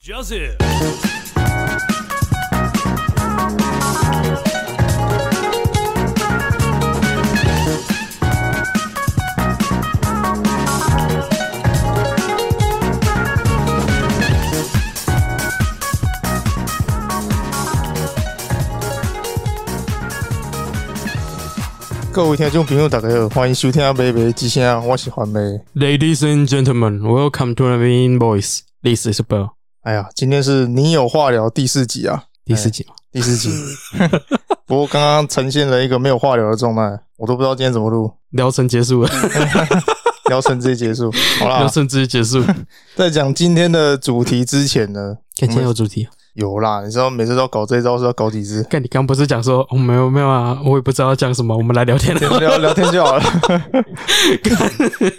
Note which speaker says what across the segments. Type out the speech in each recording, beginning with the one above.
Speaker 1: Joseph。
Speaker 2: 各位听众朋友，大家好，欢迎收听《妹妹之声》，我是环妹。
Speaker 3: Ladies and gentlemen, welcome to the Main Voice. This is Bill.
Speaker 2: 哎呀，今天是你有话聊第四集啊，
Speaker 3: 第四集嘛，
Speaker 4: 哎
Speaker 2: 第四 集。不过刚刚呈现了一个没有话聊的状态，我都不知道今天怎么录，
Speaker 3: 疗程结束了，
Speaker 4: 嗯
Speaker 2: 聊成直接结束。好
Speaker 3: 疗
Speaker 2: 啦，
Speaker 3: 程直接结束。
Speaker 4: 啊
Speaker 2: 在讲今天的主题之前呢，
Speaker 3: 看今天有主题啊，
Speaker 2: 有啦，你知道每次都要搞这一招是要搞几 次？
Speaker 3: 看你刚不是讲说哦没有没有啊，我也不知道要讲什么，我们来聊天了。
Speaker 2: 聊聊天就好了。
Speaker 4: 啊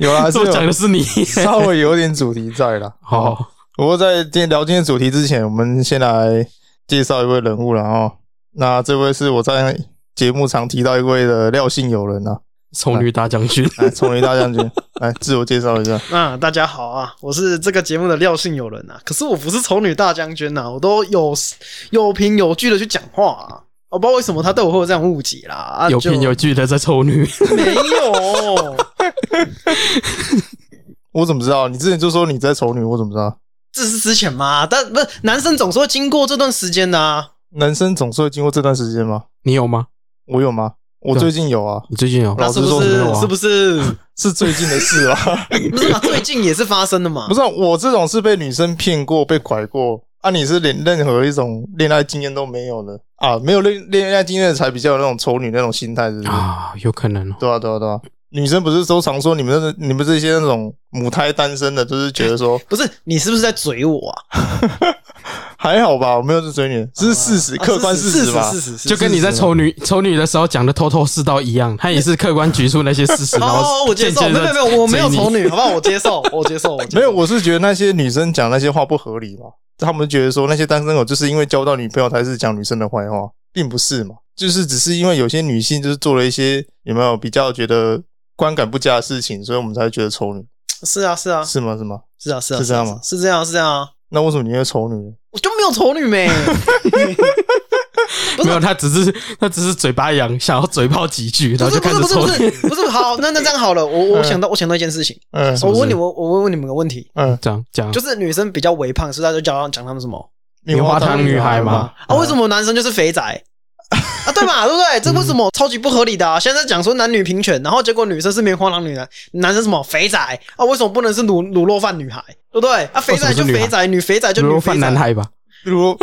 Speaker 2: 有
Speaker 4: 哦
Speaker 2: 啦，是
Speaker 3: 这讲的
Speaker 2: 有
Speaker 3: 是你，
Speaker 2: 稍微有点主题在啦。
Speaker 4: 哦
Speaker 3: 好，
Speaker 2: 不过在今天聊今天主题之前，我们先来介绍一位人物了哦。那这位是我在节目常提到一位的廖姓友人啊，
Speaker 3: 丑女大将军，
Speaker 2: 来，丛林大将军，来自我介绍一下。
Speaker 4: 啊，大家好啊，我是这个节目的廖姓友人啊。可是我不是丑女大将军呐、我都有有凭有据的去讲话啊。我不知道为什么他对我会有这样误解啦。啊、
Speaker 3: 有
Speaker 4: 就
Speaker 3: 凭有据的在丑女。
Speaker 4: 没有？
Speaker 2: 我怎么知道？你之前就说你在丑女，我怎么知道？
Speaker 4: 这是之前嘛？但不是男生总是会经过这段时间的啊。
Speaker 2: 男生总是会经过这段时间吗？
Speaker 3: 你有吗？
Speaker 2: 我有吗？我
Speaker 3: 对
Speaker 2: 最近有啊，
Speaker 3: 你最近有？
Speaker 4: 那
Speaker 2: 老
Speaker 4: 是
Speaker 2: 实
Speaker 4: 不
Speaker 2: 说
Speaker 4: 是
Speaker 3: 没有啊
Speaker 4: 是不是
Speaker 2: 是最近的事啊。
Speaker 4: 不是嘛？最近也是发生的嘛？
Speaker 2: 不是啊、我这种是被女生骗过、被拐过啊，你是连任何一种恋爱经验都没有的啊，没有恋恋爱经验才比较有那种丑女那种心态，是不是？
Speaker 3: 啊，有可能哦。
Speaker 2: 对啊，对啊，对啊。女生不是都常说你们那你们这些那种母胎单身的，就是觉得 说
Speaker 4: 不是你是不是在嘴我啊？
Speaker 2: 还好吧，我没有在追你，这是事实，
Speaker 4: 啊
Speaker 2: 客观
Speaker 4: 事
Speaker 2: 事实吧
Speaker 4: 事。实事
Speaker 3: 就跟你在丑女丑女的时候讲的头头是道一样，他也是客观举出那些事实，然
Speaker 4: 哦，
Speaker 3: 后
Speaker 4: 我接
Speaker 3: 间
Speaker 4: 受，
Speaker 3: 接
Speaker 4: 没有没
Speaker 3: 的
Speaker 4: 有没有，我没有
Speaker 3: 追你
Speaker 4: 丑女，好不好？我接受，我接受，我接 受
Speaker 2: 没有，我是觉得那些女生讲那些话不合理嘛，他们觉得说那些单身狗就是因为交到女朋友才是讲女生的坏话，并不是嘛，就是只是因为有些女性就是做了一些有没有比较觉得观感不佳的事情，所以我们才觉得丑女，
Speaker 4: 是啊是啊
Speaker 2: 是吗？是吗？
Speaker 4: 是啊是啊
Speaker 2: 是这样吗
Speaker 4: 是这样是这样啊。
Speaker 2: 那为什么你会丑女呢？
Speaker 4: 我就没有丑女妹，不是
Speaker 3: 没有，他只是他只是嘴巴痒，想要嘴炮几句，然
Speaker 4: 不
Speaker 3: 后
Speaker 4: 是
Speaker 3: 就
Speaker 4: 不
Speaker 3: 开始
Speaker 4: 是不是
Speaker 3: 丑
Speaker 4: 不
Speaker 3: 女。
Speaker 4: 是不是好，那那这样好了，我
Speaker 3: 嗯
Speaker 4: 我想到我想到一件事情，
Speaker 2: 嗯
Speaker 3: 是
Speaker 4: 我
Speaker 3: 不是
Speaker 4: 问你我我问问你们个问题，
Speaker 2: 嗯，
Speaker 3: 讲讲
Speaker 4: 就是女生比较微胖，是不是就讲讲他们什么
Speaker 3: 棉花糖女孩嘛
Speaker 2: 嘛，
Speaker 4: 啊？为什么男生就是肥宅啊？对嘛，对不对？这为什么超级不合理的啊？现在讲说男女平权，然后结果女生是棉花糖女孩，男生什么肥宅啊？为什么不能是卤卤肉饭女孩？对不对？啊，肥
Speaker 3: 为
Speaker 4: 宅
Speaker 3: 什
Speaker 4: 就
Speaker 3: 么是女孩
Speaker 4: 肥宅，女肥宅就
Speaker 3: 卤
Speaker 4: 女
Speaker 3: 肉
Speaker 4: 肥
Speaker 3: 饭
Speaker 4: 宅
Speaker 3: 男。孩吧？
Speaker 2: 比如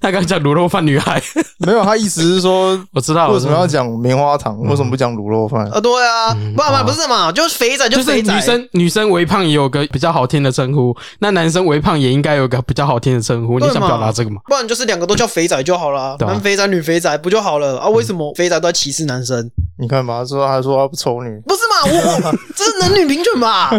Speaker 3: 他刚讲卤肉饭女孩，
Speaker 2: 没有，他意思是说
Speaker 3: 我知道
Speaker 2: 为什么要
Speaker 3: 我知道
Speaker 2: 讲棉花糖？
Speaker 4: 嗯
Speaker 2: 为什么不讲卤肉饭？
Speaker 4: 啊，对啊，
Speaker 3: 嗯
Speaker 4: 不然嘛
Speaker 3: 哦
Speaker 4: 不是嘛，就是肥宅
Speaker 3: 就是
Speaker 4: 肥
Speaker 3: 是
Speaker 4: 宅，
Speaker 3: 女生女生微胖也有个比较好听的称呼，那男生微胖也应该有个比较好听的称呼。你
Speaker 4: 对嘛
Speaker 3: 想表达这个吗？
Speaker 4: 不然就是两个都叫肥仔就好啦，
Speaker 3: 对啊嗯
Speaker 4: 男肥仔、女肥仔不就好了啊？为什么肥仔都在歧视男生？
Speaker 2: 你看吧，他说他说他不丑女。
Speaker 4: 不是嘛？我 我这是男女平权吧？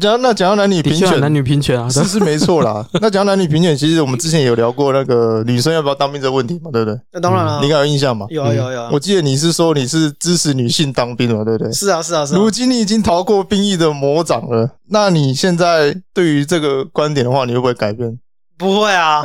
Speaker 2: 讲那讲到男女平
Speaker 3: 的确啊，
Speaker 2: 权，
Speaker 3: 男女平权啊，
Speaker 2: 是
Speaker 3: 对
Speaker 2: 是没错 啦。那讲到男女平权，其实我们之前有聊过那个女生要不要当兵这个问题嘛，对不对？
Speaker 4: 那当然
Speaker 2: 嗯
Speaker 4: 了
Speaker 2: 你应，该有印象嘛？
Speaker 4: 嗯有啊有啊有啊
Speaker 2: 我，记得你是说你是支持女性当兵嘛，对不对？
Speaker 4: 是啊是啊是啊，
Speaker 2: 如今你已经逃过兵役的魔掌了，那你现在对于这个观点的话，你会不会改 变？
Speaker 4: 不 会啊，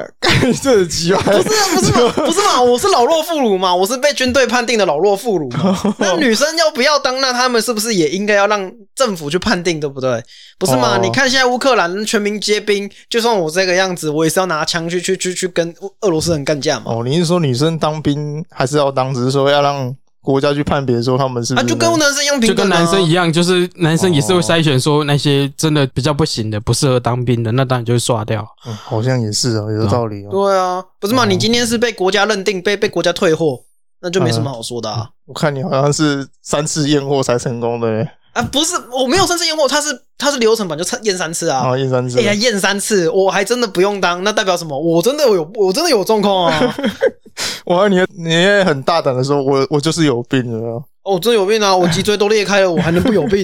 Speaker 2: 这很奇怪，
Speaker 4: 不是啊不是嘛不是嘛，我是老弱妇孺嘛，我是被军队判定的老弱妇孺
Speaker 2: 哦
Speaker 4: 嘛。那女生要不要当？那他们是不是也应该要让政府去判定，对不对？不是嘛？
Speaker 2: 哦
Speaker 4: 你看现在乌克兰全民皆兵，就算我这个样子，我也是要拿枪去去去去跟俄罗斯人干架嘛。
Speaker 2: 哦，你是说女生当兵还是要当，只是说要让国家去判别说他们是不
Speaker 4: 啊，
Speaker 2: 是
Speaker 4: 就跟男生一样平
Speaker 3: 就
Speaker 4: 等、
Speaker 3: 跟
Speaker 4: 啊，
Speaker 3: 男生一样，就是男生也是会
Speaker 2: 哦
Speaker 3: 筛选说那些真的比较不行的、不适合当兵的，那当然就会刷掉。
Speaker 2: 嗯好像也是哦，有道理哦。
Speaker 4: 对啊，不是嘛？你今天是被国家认定，被被国家退货，那就没什
Speaker 2: 嗯
Speaker 4: 么好说的啊。
Speaker 2: 我看你好像是三次验货才成功的欸，
Speaker 4: 啊，不是，我没有三次验货，他是他是流程版就验三次
Speaker 2: 然
Speaker 4: 啊
Speaker 2: 后。验三次
Speaker 4: 哎。呀，验三次，我还真的不用当，那代表什么？我真的有，我真的有状况啊！
Speaker 2: 我还以为你你也很大胆的说，我我就是有病 的。
Speaker 4: 哦，我真的有病啊！我脊椎都裂开了，我还能不有病？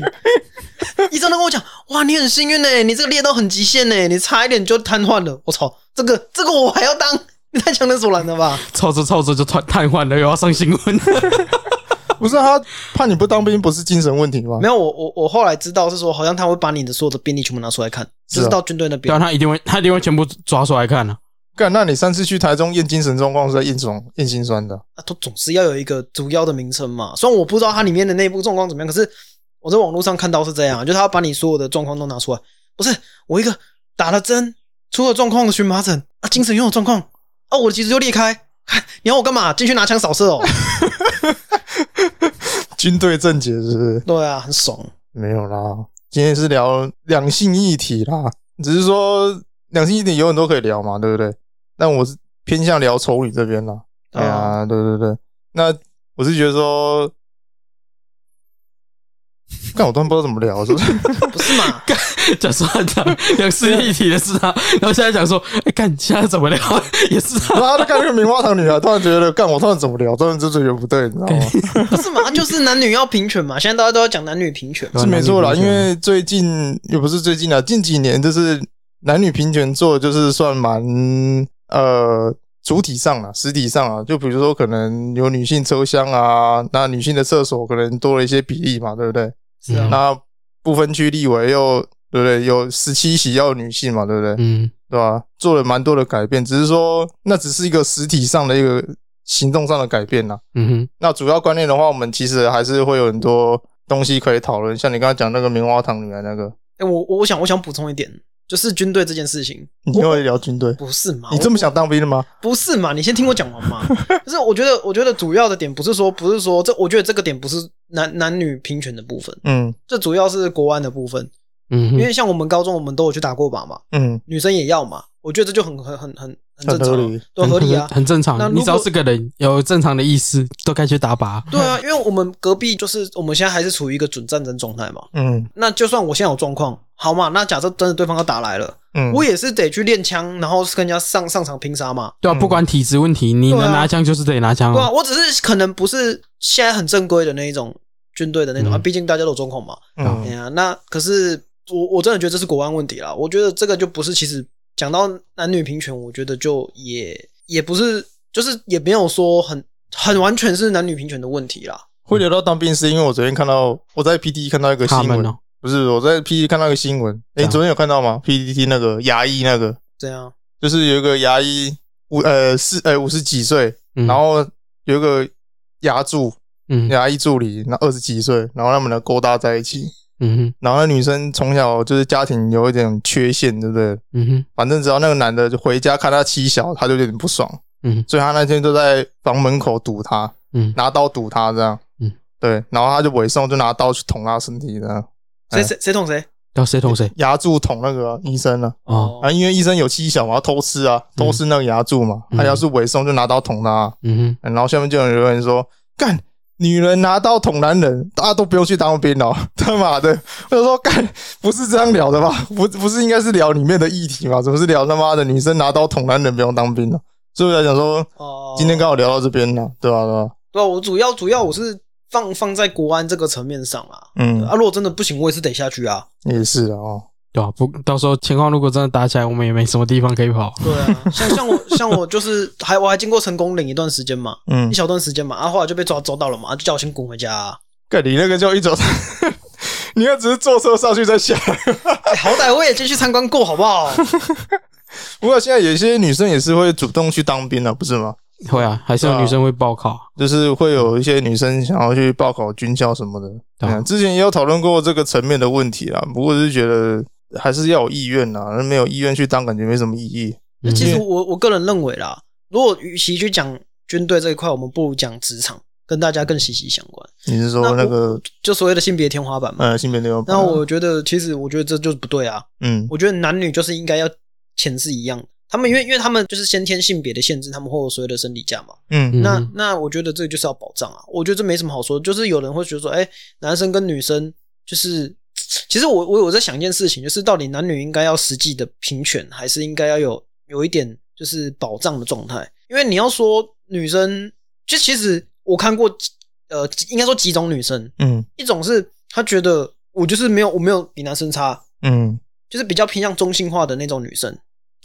Speaker 4: 医生都跟我讲，哇，你很幸运呢、你这个裂到很极限呢、你差一点就瘫痪了。我操，这个这个我还要当，你太强人所难了吧？
Speaker 3: 凑着凑着就瘫瘫痪了，又要上新 闻。
Speaker 2: 不是啊他怕你不当兵，不是精神问题吗
Speaker 4: 没？有，我我我后来知道是说，好像他会把你的所有的病历全部拿出来看，
Speaker 2: 是
Speaker 4: 就是
Speaker 2: 啊
Speaker 4: 到军队那
Speaker 3: 对
Speaker 4: 边
Speaker 3: 啊，。他一定会，他一定会全部抓出来看啊。
Speaker 2: 干，那你上次去台中验精神状况是在验什么？验心酸的？
Speaker 4: 啊，都总是要有一个主要的名称嘛。虽然我不知道它里面的内部状况怎么样，可是我在网络上看到是这样，就是他要把你所有的状况都拿出来。不是我一个打了针出了状况的荨麻疹啊，精神又有状况啊，我的脊椎就裂开，看你要我干嘛？进去拿枪扫射哦？
Speaker 2: 军队症结是不是？
Speaker 4: 对啊，很爽。
Speaker 2: 没有啦，今天是聊两性议题啦，只是说两性议题有很多可以聊嘛，对不对？但我是偏向聊丑女这边啦。
Speaker 4: 对
Speaker 2: 哎
Speaker 4: 啊
Speaker 2: 呀，对对对，那我是觉得说，干，我突然不知道怎么聊，是不 是？
Speaker 4: 不是嘛？
Speaker 3: 讲说很长，两室一体的 是他，然后现在讲说，哎，干现在怎么聊 也是啊 他，
Speaker 2: 妈的，干那个棉花糖女孩，突然觉得干，我突然怎么聊，突然就觉得不对，你知道吗？
Speaker 4: 不是嘛？啊就是男女要平权嘛。现在大家都要讲男女平权嘛。
Speaker 2: 是没错啦，
Speaker 3: 男
Speaker 2: 因
Speaker 3: 女平权
Speaker 2: 为最近也不是最近啦，近几年就是男女平权做，就是算蛮呃主体上啦，实体上啊，就比如说可能有女性车厢啊，那女性的厕所可能多了一些比例嘛，对不对？
Speaker 4: 是啊
Speaker 3: 嗯，
Speaker 2: 那不分区立委又对不对？有十七席要有女性嘛，对不对？
Speaker 3: 嗯，
Speaker 2: 对吧、做了蛮多的改变，只是说那只是一个实体上的一个行动上的改变啦。
Speaker 3: 嗯哼，
Speaker 2: 那主要观念的话，我们其实还是会有很多东西可以讨论，像你刚刚讲那个棉花糖女孩那个，
Speaker 4: 哎、我我我想我想补充一点，就是军队这件事情，
Speaker 2: 你又会聊军队，
Speaker 4: 不是嘛？
Speaker 2: 你
Speaker 4: 我
Speaker 2: 这么想当兵的吗？
Speaker 4: 不是嘛？你先听我讲完嘛。可是我觉得，我觉得主要的点不是说，不是说这，我觉得这个点不是男男女平权的部分，
Speaker 2: 嗯
Speaker 4: 这主要是国安的部分。
Speaker 3: 嗯
Speaker 4: 因
Speaker 3: 哼，
Speaker 4: 为像我们高中，我们都有去打过靶嘛，
Speaker 2: 嗯，
Speaker 4: 女生也要嘛，我觉得这就很很很很很
Speaker 2: 很
Speaker 4: 正
Speaker 2: 合
Speaker 4: 常
Speaker 2: 理
Speaker 4: 啊，对，合理啊
Speaker 3: 很。很正
Speaker 4: 那如
Speaker 3: 常。
Speaker 4: 果
Speaker 3: 你只要是个人有正常的意识，都该去打靶。
Speaker 4: 对啊，因为我们隔壁就是我们现在还是处于一个准战争状态嘛。
Speaker 2: 嗯
Speaker 4: 那就算我现在有状况，好嘛，那假设真的对方要打来了，
Speaker 2: 嗯，
Speaker 4: 我也是得去练枪，然后跟人家上上场拼杀嘛。
Speaker 3: 对啊，
Speaker 2: 嗯
Speaker 3: 不管体质问题，你能
Speaker 4: 对啊
Speaker 3: 拿枪就是得拿枪
Speaker 4: 对啊，
Speaker 3: 啊。
Speaker 4: 我只是可能不是现在很正规的那一种军队的那种、
Speaker 3: 嗯
Speaker 4: 啊，毕竟大家都有状况嘛。
Speaker 2: 嗯
Speaker 4: 哎呀、那可是我我真的觉得这是国安问题啦。我觉得这个就不是，其实讲到男女平权，我觉得就也也不是，就是也没有说很很完全是男女平权的问题啦。
Speaker 2: 会聊到当兵是因为我昨天看到我在 PPT 看到一个
Speaker 3: 他
Speaker 2: 啊新
Speaker 3: 们
Speaker 2: 闻，
Speaker 3: 哦，
Speaker 2: 不是我在 PPT 看到一个新闻，哎、
Speaker 3: 这样
Speaker 2: 你昨天有看到吗？PPT 那个牙医那个，
Speaker 4: 这样
Speaker 2: 就是有一个牙医五呃四呃五十几岁，
Speaker 3: 嗯
Speaker 2: 然后有一个牙助
Speaker 3: 嗯
Speaker 2: 牙医助理，那二十几岁，然后他们俩勾搭在一起。
Speaker 3: 嗯哼
Speaker 2: 然后那女生从小就是家庭有一点缺陷，对不对？
Speaker 3: 嗯哼
Speaker 2: 反正只要那个男的就回家看他妻小，他就有点不爽，
Speaker 3: 嗯
Speaker 2: 所以他那天就在房门口堵他，
Speaker 3: 嗯，
Speaker 2: 拿刀堵他这样。
Speaker 3: 嗯，
Speaker 2: 对，然后他就尾送，就拿刀去捅他身体这样，
Speaker 4: 谁
Speaker 2: 哎
Speaker 4: 谁谁捅谁？
Speaker 3: 要谁捅谁
Speaker 2: 牙柱捅那个医生了
Speaker 3: 哦，
Speaker 2: 啊，因为医生有妻小嘛，要偷吃啊，偷吃那个牙柱嘛，
Speaker 3: 嗯
Speaker 2: 他牙柱尾送就拿刀捅啊他，
Speaker 3: 嗯
Speaker 2: 然后下面就有人说干。女人拿刀捅男人，大家都不用去当兵哦！他妈的，我就说干，不是这样聊的吧？不，不是应该是聊里面的议题吗？怎么是聊他妈的女生拿刀捅男人不用当兵呢、所以我才想说，
Speaker 4: 哦、
Speaker 2: 今天刚好聊到这边了，对吧、对吧、
Speaker 4: 对啊、我主要主要我是放放在国安这个层面上啦。
Speaker 2: 嗯
Speaker 4: 啊，，如果真的不行，我也是得下去啊。
Speaker 2: 也是啊哦。
Speaker 3: 哼，对啊，不，到时候情况如果真的打起来，我们也没什么地方可以跑。
Speaker 4: 对啊，像像我像我就是还我还经过成功岭一段时间嘛，
Speaker 2: 嗯
Speaker 4: 一，小段时间嘛，啊，后来就被抓抓到了嘛，啊就叫我先滚回家、啊。
Speaker 2: 干你那个叫一种， 你要只是坐车上去再下。
Speaker 4: 哎好歹我也进去参观过，好不好？
Speaker 2: 不过现在有一些女生也是会主动去当兵的、不是吗？
Speaker 3: 会啊，还是有
Speaker 2: 对啊
Speaker 3: 女生会报考。
Speaker 2: 就是会有一些女生想要去报考军校什么的。
Speaker 3: 对啊
Speaker 2: 嗯，之前也有讨论过这个层面的问题啦，不过是觉得还是要有意愿啦，那没有意愿去当，感觉没什么意义。
Speaker 3: 嗯
Speaker 4: 其实我我个人认为啦，如果与其去讲军队这一块，我们不如讲职场，跟大家更息息相关，
Speaker 2: 你是说
Speaker 4: 那
Speaker 2: 那
Speaker 4: 我
Speaker 2: 个
Speaker 4: 就所谓的性别天花板嘛。
Speaker 2: 呃性别流？
Speaker 4: 那我觉得，其实我觉得这就是不对啊。
Speaker 2: 嗯
Speaker 4: 我觉得男女就是应该要钱是一样的，他们因为因为他们就是先天性别的限制，他们会有所谓的生理假嘛。
Speaker 2: 嗯
Speaker 3: 嗯
Speaker 4: 那那我觉得这个就是要保障啊，我觉得这没什么好说。就是有人会觉得说，哎、男生跟女生就是，其实我我有在想一件事情，就是到底男女应该要实际的平权，还是应该要有有一点就是保障的状态？因为你要说女生，就其实我看过几，呃，几应该说几种女生，
Speaker 2: 嗯
Speaker 4: 一种是她觉得我就是没有我没有比男生差，
Speaker 2: 嗯，
Speaker 4: 就是比较偏向中性化的那种女生，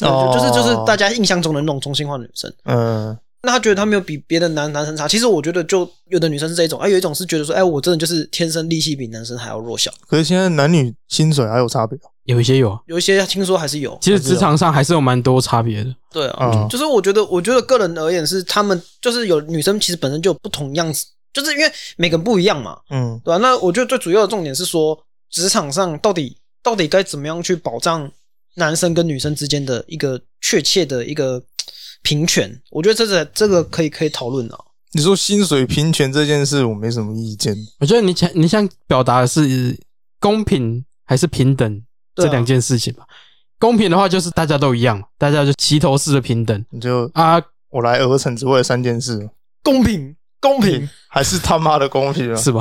Speaker 2: 哦
Speaker 4: 就是就是大家印象中的那种中性化的女生。
Speaker 2: 呃
Speaker 4: 那他觉得他没有比别的男男生差。其实我觉得，就有的女生是这一种，哎、有一种是觉得说，哎、我真的就是天生力气比男生还要弱小。
Speaker 2: 可是现在男女薪水还有差别哦
Speaker 3: 有一些有啊，
Speaker 4: 有一些听说还是有，
Speaker 3: 其实职场上还是有蛮多差别的。
Speaker 4: 对啊，
Speaker 2: 啊
Speaker 4: 就是我觉得，我觉得个人而言是，他们就是有女生其实本身就有不同样子，就是因为每个人不一样嘛，
Speaker 2: 嗯，
Speaker 4: 对吧、那我觉得最主要的重点是说，职场上到底到底该怎么样去保障男生跟女生之间的一个确切的一个平权？我觉得这个这个可以可以讨论啊。
Speaker 2: 你说薪水平权这件事，我没什么意见。
Speaker 3: 我觉得你想你想表达的是公平还是平等
Speaker 4: 对啊
Speaker 3: 这两件事情吧。公平的话就是大家都一样，大家就齐头式的平等
Speaker 2: 你就
Speaker 3: 啊。
Speaker 2: 我来鹅城只为了三件事，
Speaker 4: 公平，公平，
Speaker 2: 还是他妈的公平啊！
Speaker 3: 是吧？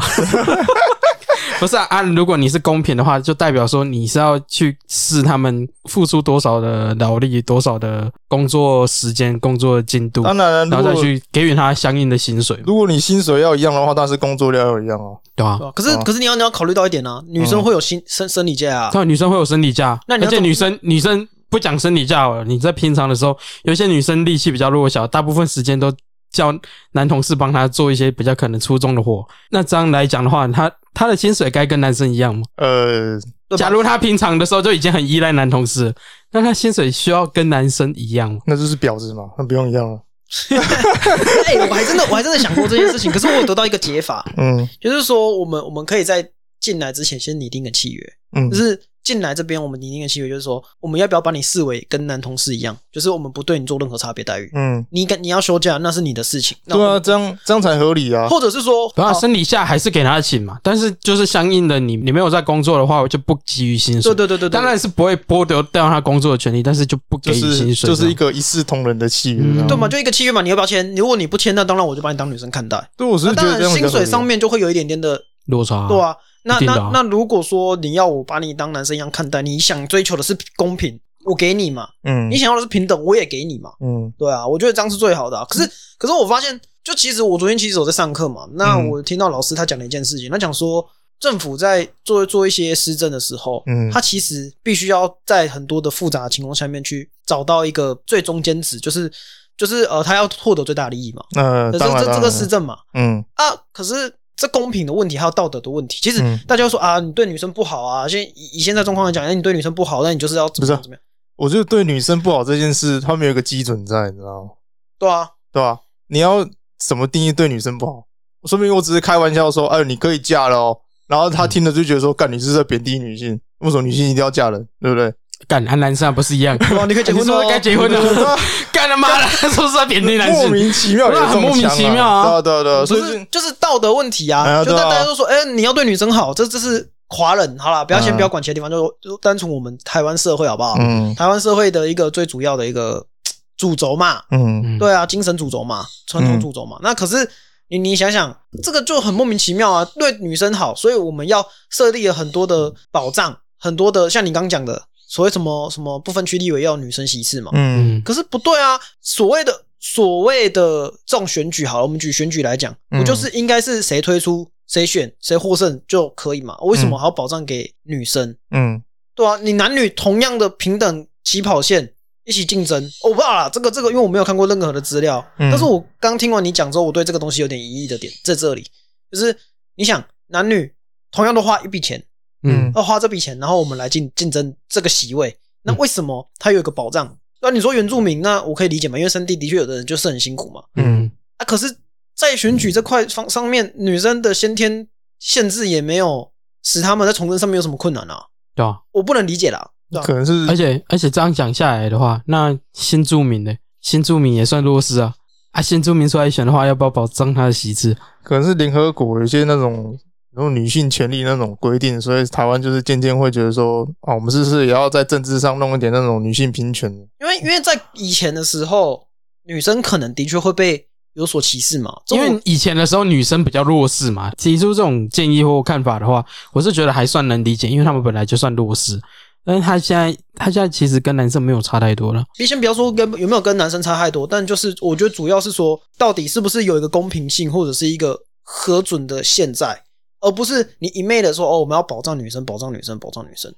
Speaker 3: 不是啊啊，如果你是公平的话，就代表说你是要去试他们付出多少的劳力、多少的工作时间、工作进度，
Speaker 2: 当然了，
Speaker 3: 然
Speaker 2: 啊如
Speaker 3: 后
Speaker 2: 果
Speaker 3: 再去给予他相应的薪水嘛，
Speaker 2: 如果你薪水要一样的话，但是工作量要一样哦。
Speaker 3: 对吧、
Speaker 4: 对吧？可是
Speaker 2: 啊
Speaker 4: 可是你要你要考虑到一点啊，女生会有心生生理假 啊，
Speaker 3: 对啊，女生会有生理假，
Speaker 4: 那你要
Speaker 3: 而且
Speaker 4: 怎么
Speaker 3: 女生女生不讲生理假哦了，你在平常的时候，有些女生力气比较弱小，大部分时间都叫男同事帮她做一些比较可能粗重的活。那这样来讲的话，她她的薪水该跟男生一样吗？
Speaker 2: 呃，
Speaker 4: 对吧啊
Speaker 3: 假如她平常的时候就已经很依赖男同事了，那她薪水需要跟男生一样吗？
Speaker 2: 那就是婊子嘛，那不用一样了。
Speaker 4: 哎、我还真的我还真的想过这件事情，可是我有得到一个解法，
Speaker 2: 嗯
Speaker 4: 就是说我们我们可以在进来之前先拟定个契约，
Speaker 2: 嗯
Speaker 4: 就，是进来这边我们拟定个契约，就是说我们要不要把你视为跟男同事一样，就是我们不对你做任何差别待遇。
Speaker 2: 嗯，
Speaker 4: 你敢你要休假那是你的事情，那
Speaker 2: 对
Speaker 4: 我
Speaker 2: 啊，
Speaker 4: 们
Speaker 2: 这样这样才合理啊。
Speaker 4: 或者是说，
Speaker 3: 不要
Speaker 4: 啊
Speaker 3: 生理假还是给她请嘛，但是就是相应的你你没有在工作的话，我就不给予薪水。
Speaker 4: 对对对对，对
Speaker 3: 当然是不会剥夺掉她工作的权利，但是就不给
Speaker 2: 就
Speaker 3: 予薪
Speaker 2: 是
Speaker 3: 水，啊
Speaker 2: 就是一个一视同仁的契约啊，
Speaker 3: 嗯
Speaker 4: 对嘛，就一个契约嘛，你要不要签？如果你不签，那当然我就把你当女生看待。
Speaker 2: 对，我是
Speaker 4: 那
Speaker 2: 觉
Speaker 4: 哦当
Speaker 2: 得这
Speaker 4: 然
Speaker 2: 样比较
Speaker 4: 薪
Speaker 2: 合理啊
Speaker 4: 水上面就会有一点点的，
Speaker 3: 落差、
Speaker 4: 对啊。那
Speaker 3: 一定
Speaker 4: 那
Speaker 3: 的啊
Speaker 4: 那如果说你要我把你当男生一样看待，你想追求的是公平，我给你嘛；
Speaker 2: 嗯
Speaker 4: 你想要的是平等，我也给你嘛。
Speaker 2: 嗯
Speaker 4: 对啊，我觉得这样是最好的啊、可是，可是我发现，就其实我昨天其实有在上课嘛，那
Speaker 2: 嗯
Speaker 4: 我听到老师他讲了一件事情，他讲说政府在做做一些施政的时候，
Speaker 2: 嗯
Speaker 4: 他其实必须要在很多的复杂的情况下面去找到一个最中间值，就是就是呃，他要获得最大利益嘛。
Speaker 2: 那
Speaker 4: 可是
Speaker 2: 当然
Speaker 4: 这这
Speaker 2: 当
Speaker 4: 个
Speaker 2: 然
Speaker 4: 施政嘛，
Speaker 2: 嗯
Speaker 4: 啊，可是这公平的问题还有道德的问题，其实
Speaker 2: 嗯
Speaker 4: 大家说啊，你对女生不好啊，现以以现在状况来讲，哎，你对女生不好，那你就是要怎么
Speaker 2: 不是啊
Speaker 4: 样怎么样，
Speaker 2: 我觉得对女生不好这件事，他们有一个基准在，你知道吗？
Speaker 4: 对啊，
Speaker 2: 对吧？你要怎么定义对女生不好？说明我只是开玩笑说，哎，你可以嫁了哦。然后他听了就觉得说，干，你是在贬低女性，为什么女性一定要嫁人，对不对？
Speaker 3: 干啊，男生啊不是一样？
Speaker 4: 对啊，你可以结
Speaker 3: 你
Speaker 4: 婚了
Speaker 3: 说
Speaker 4: 哦，
Speaker 3: 该结婚了，干他妈的， 说是在贬低男
Speaker 2: 莫
Speaker 3: 性，
Speaker 2: 名其妙有这种
Speaker 3: 那很莫名其妙啊
Speaker 2: 啊！对啊对啊对啊，
Speaker 4: 不
Speaker 2: 所以
Speaker 4: 是就是道德问题
Speaker 2: 哎
Speaker 4: 啊，
Speaker 2: 呀
Speaker 4: 就
Speaker 2: 对
Speaker 4: 大
Speaker 2: 啊
Speaker 4: 大家都说，哎，你要对女生好，这这是华人，好啦，不要先
Speaker 2: 嗯
Speaker 4: 不要管其他地方，就就单纯我们台湾社会好不好？
Speaker 2: 嗯
Speaker 4: 台湾社会的一个最主要的一个嘖主轴嘛，
Speaker 2: 嗯
Speaker 3: 嗯
Speaker 4: 对啊，精神主轴嘛，传统主轴嘛。那可是你你想想，这个就很莫名其妙啊，对女生好，所以我们要设立了很多的保障，很多的像你刚讲的所谓什么什么不分区立委要女生席次嘛，
Speaker 2: 嗯
Speaker 3: 嗯，
Speaker 4: 可是不对啊，所谓的所谓的这种选举，好了，我们举选举来讲，
Speaker 2: 嗯
Speaker 4: 不就是应该是谁推出谁选谁获胜就可以嘛？为什么还要保障给女生？
Speaker 2: 嗯
Speaker 4: 对啊，你男女同样的平等起跑线一起竞争，哦我不知道啦，这个这个，因为我没有看过任何的资料，
Speaker 2: 嗯
Speaker 4: 但是我刚听完你讲之后，我对这个东西有点疑义的点在这里，就是你想男女同样的花一笔钱，呃
Speaker 3: 嗯，
Speaker 4: 要花这笔钱，然后我们来竞竞争这个席位。那为什么他有一个保障？那你说原住民，那我可以理解嘛，因为山地的确有的人就是很辛苦嘛。
Speaker 3: 嗯，
Speaker 4: 啊，可是，在选举这块方上面，女生的先天限制也没有使他们在重生上面有什么困难啊，
Speaker 3: 对啊。
Speaker 4: 我不能理解啦。对吧
Speaker 2: 可能是
Speaker 3: 而且而且这样讲下来的话，那新住民呢？新住民也算弱势啊。啊，新住民出来选的话，要不要保障他的席次？
Speaker 2: 可能是联合国有一些那种那种女性权利那种规定，所以台湾就是渐渐会觉得说，啊，我们是不是也要在政治上弄一点那种女性平权？
Speaker 4: 因为因为在以前的时候，女生可能的确会被有所歧视嘛，这
Speaker 3: 因
Speaker 4: 我
Speaker 3: 为以前的时候女生比较弱势嘛，提出这种建议或看法的话，我是觉得还算能理解，因为他们本来就算弱势。但是他现在他现在其实跟男生没有差太多了。
Speaker 4: 别先不要说跟有没有跟男生差太多，但就是我觉得主要是说，到底是不是有一个公平性，或者是一个核准的现在，而不是你一昧的说哦，我们要保障女生，保障女生，保障女生。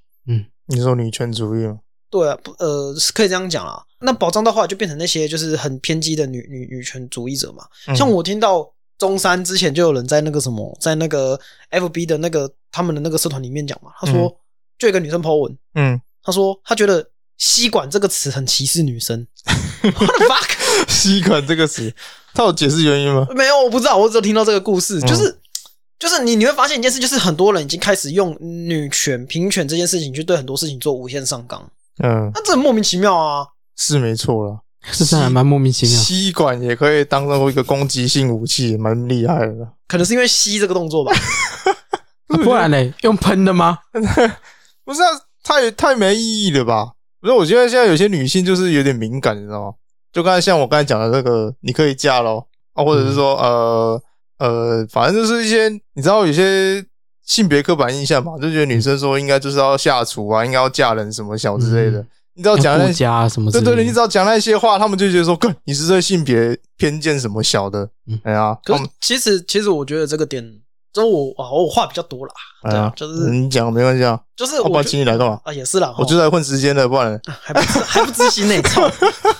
Speaker 2: 你说女权主义吗？
Speaker 4: 对啊，不呃，是可以这样讲啦。那保障到后来就变成那些就是很偏激的女女女权主义者嘛。
Speaker 2: 嗯
Speaker 4: 像我听到中山之前就有人在那个什么，在那个 FB 的那个他们的那个社团里面讲嘛，他说、
Speaker 2: 嗯
Speaker 4: 就有一个女生 po 文，
Speaker 2: 嗯，
Speaker 4: 她说她觉得“吸管”这个词很歧视 女生。What the fuck？
Speaker 2: 吸管这个词，它有解释原因吗？
Speaker 4: 没有，我不知道，我只有听到这个故事，
Speaker 2: 嗯
Speaker 4: 就是。就是你你会发现一件事，就是很多人已经开始用女权、平权这件事情去对很多事情做无限上纲，
Speaker 2: 嗯，
Speaker 4: 那这很莫名其妙啊！
Speaker 2: 是没错啦。
Speaker 3: 是真的还蛮莫名其妙。
Speaker 2: 吸管也可以当做一个攻击性武器，也蛮厉害的啦。
Speaker 4: 可能是因为吸这个 动作吧。
Speaker 3: 啊不然嘞，用喷的吗？
Speaker 2: 不是啊，太太没意义了吧？不是，我觉得现在有些女性就是有点敏感，你知道吗？就刚才像我刚才讲的那个，你可以嫁咯，啊，或者是
Speaker 3: 嗯
Speaker 2: 说、呃呃，反正就是一些你知道有些性别刻板印象嘛，就觉得女生说应该就是要下厨啊，应该要嫁人什么小之类的。
Speaker 3: 嗯
Speaker 2: 你知
Speaker 4: 哦
Speaker 2: 道讲
Speaker 3: 要
Speaker 2: 那
Speaker 3: 顾家啊什么之
Speaker 2: 对
Speaker 3: 类的？
Speaker 2: 对，你只要讲那些话，他们就觉得说，哥，你是对性别偏见什么小的？
Speaker 3: 嗯
Speaker 2: 哎呀，
Speaker 4: 可
Speaker 2: 他
Speaker 4: 是
Speaker 2: 们
Speaker 4: 其实其实我觉得这个点，就我啊我话比较多啦，
Speaker 2: 哎
Speaker 4: 对
Speaker 2: 呀
Speaker 4: 啊，，就是、
Speaker 2: 你讲没关系啊，
Speaker 4: 就是
Speaker 2: 要不
Speaker 4: 我
Speaker 2: 然
Speaker 4: 觉
Speaker 2: 请你来干嘛？
Speaker 4: 啊也是啦，
Speaker 2: 我
Speaker 4: 齁
Speaker 2: 就是来混时间的，不然
Speaker 4: 啊还不知还不知心内操。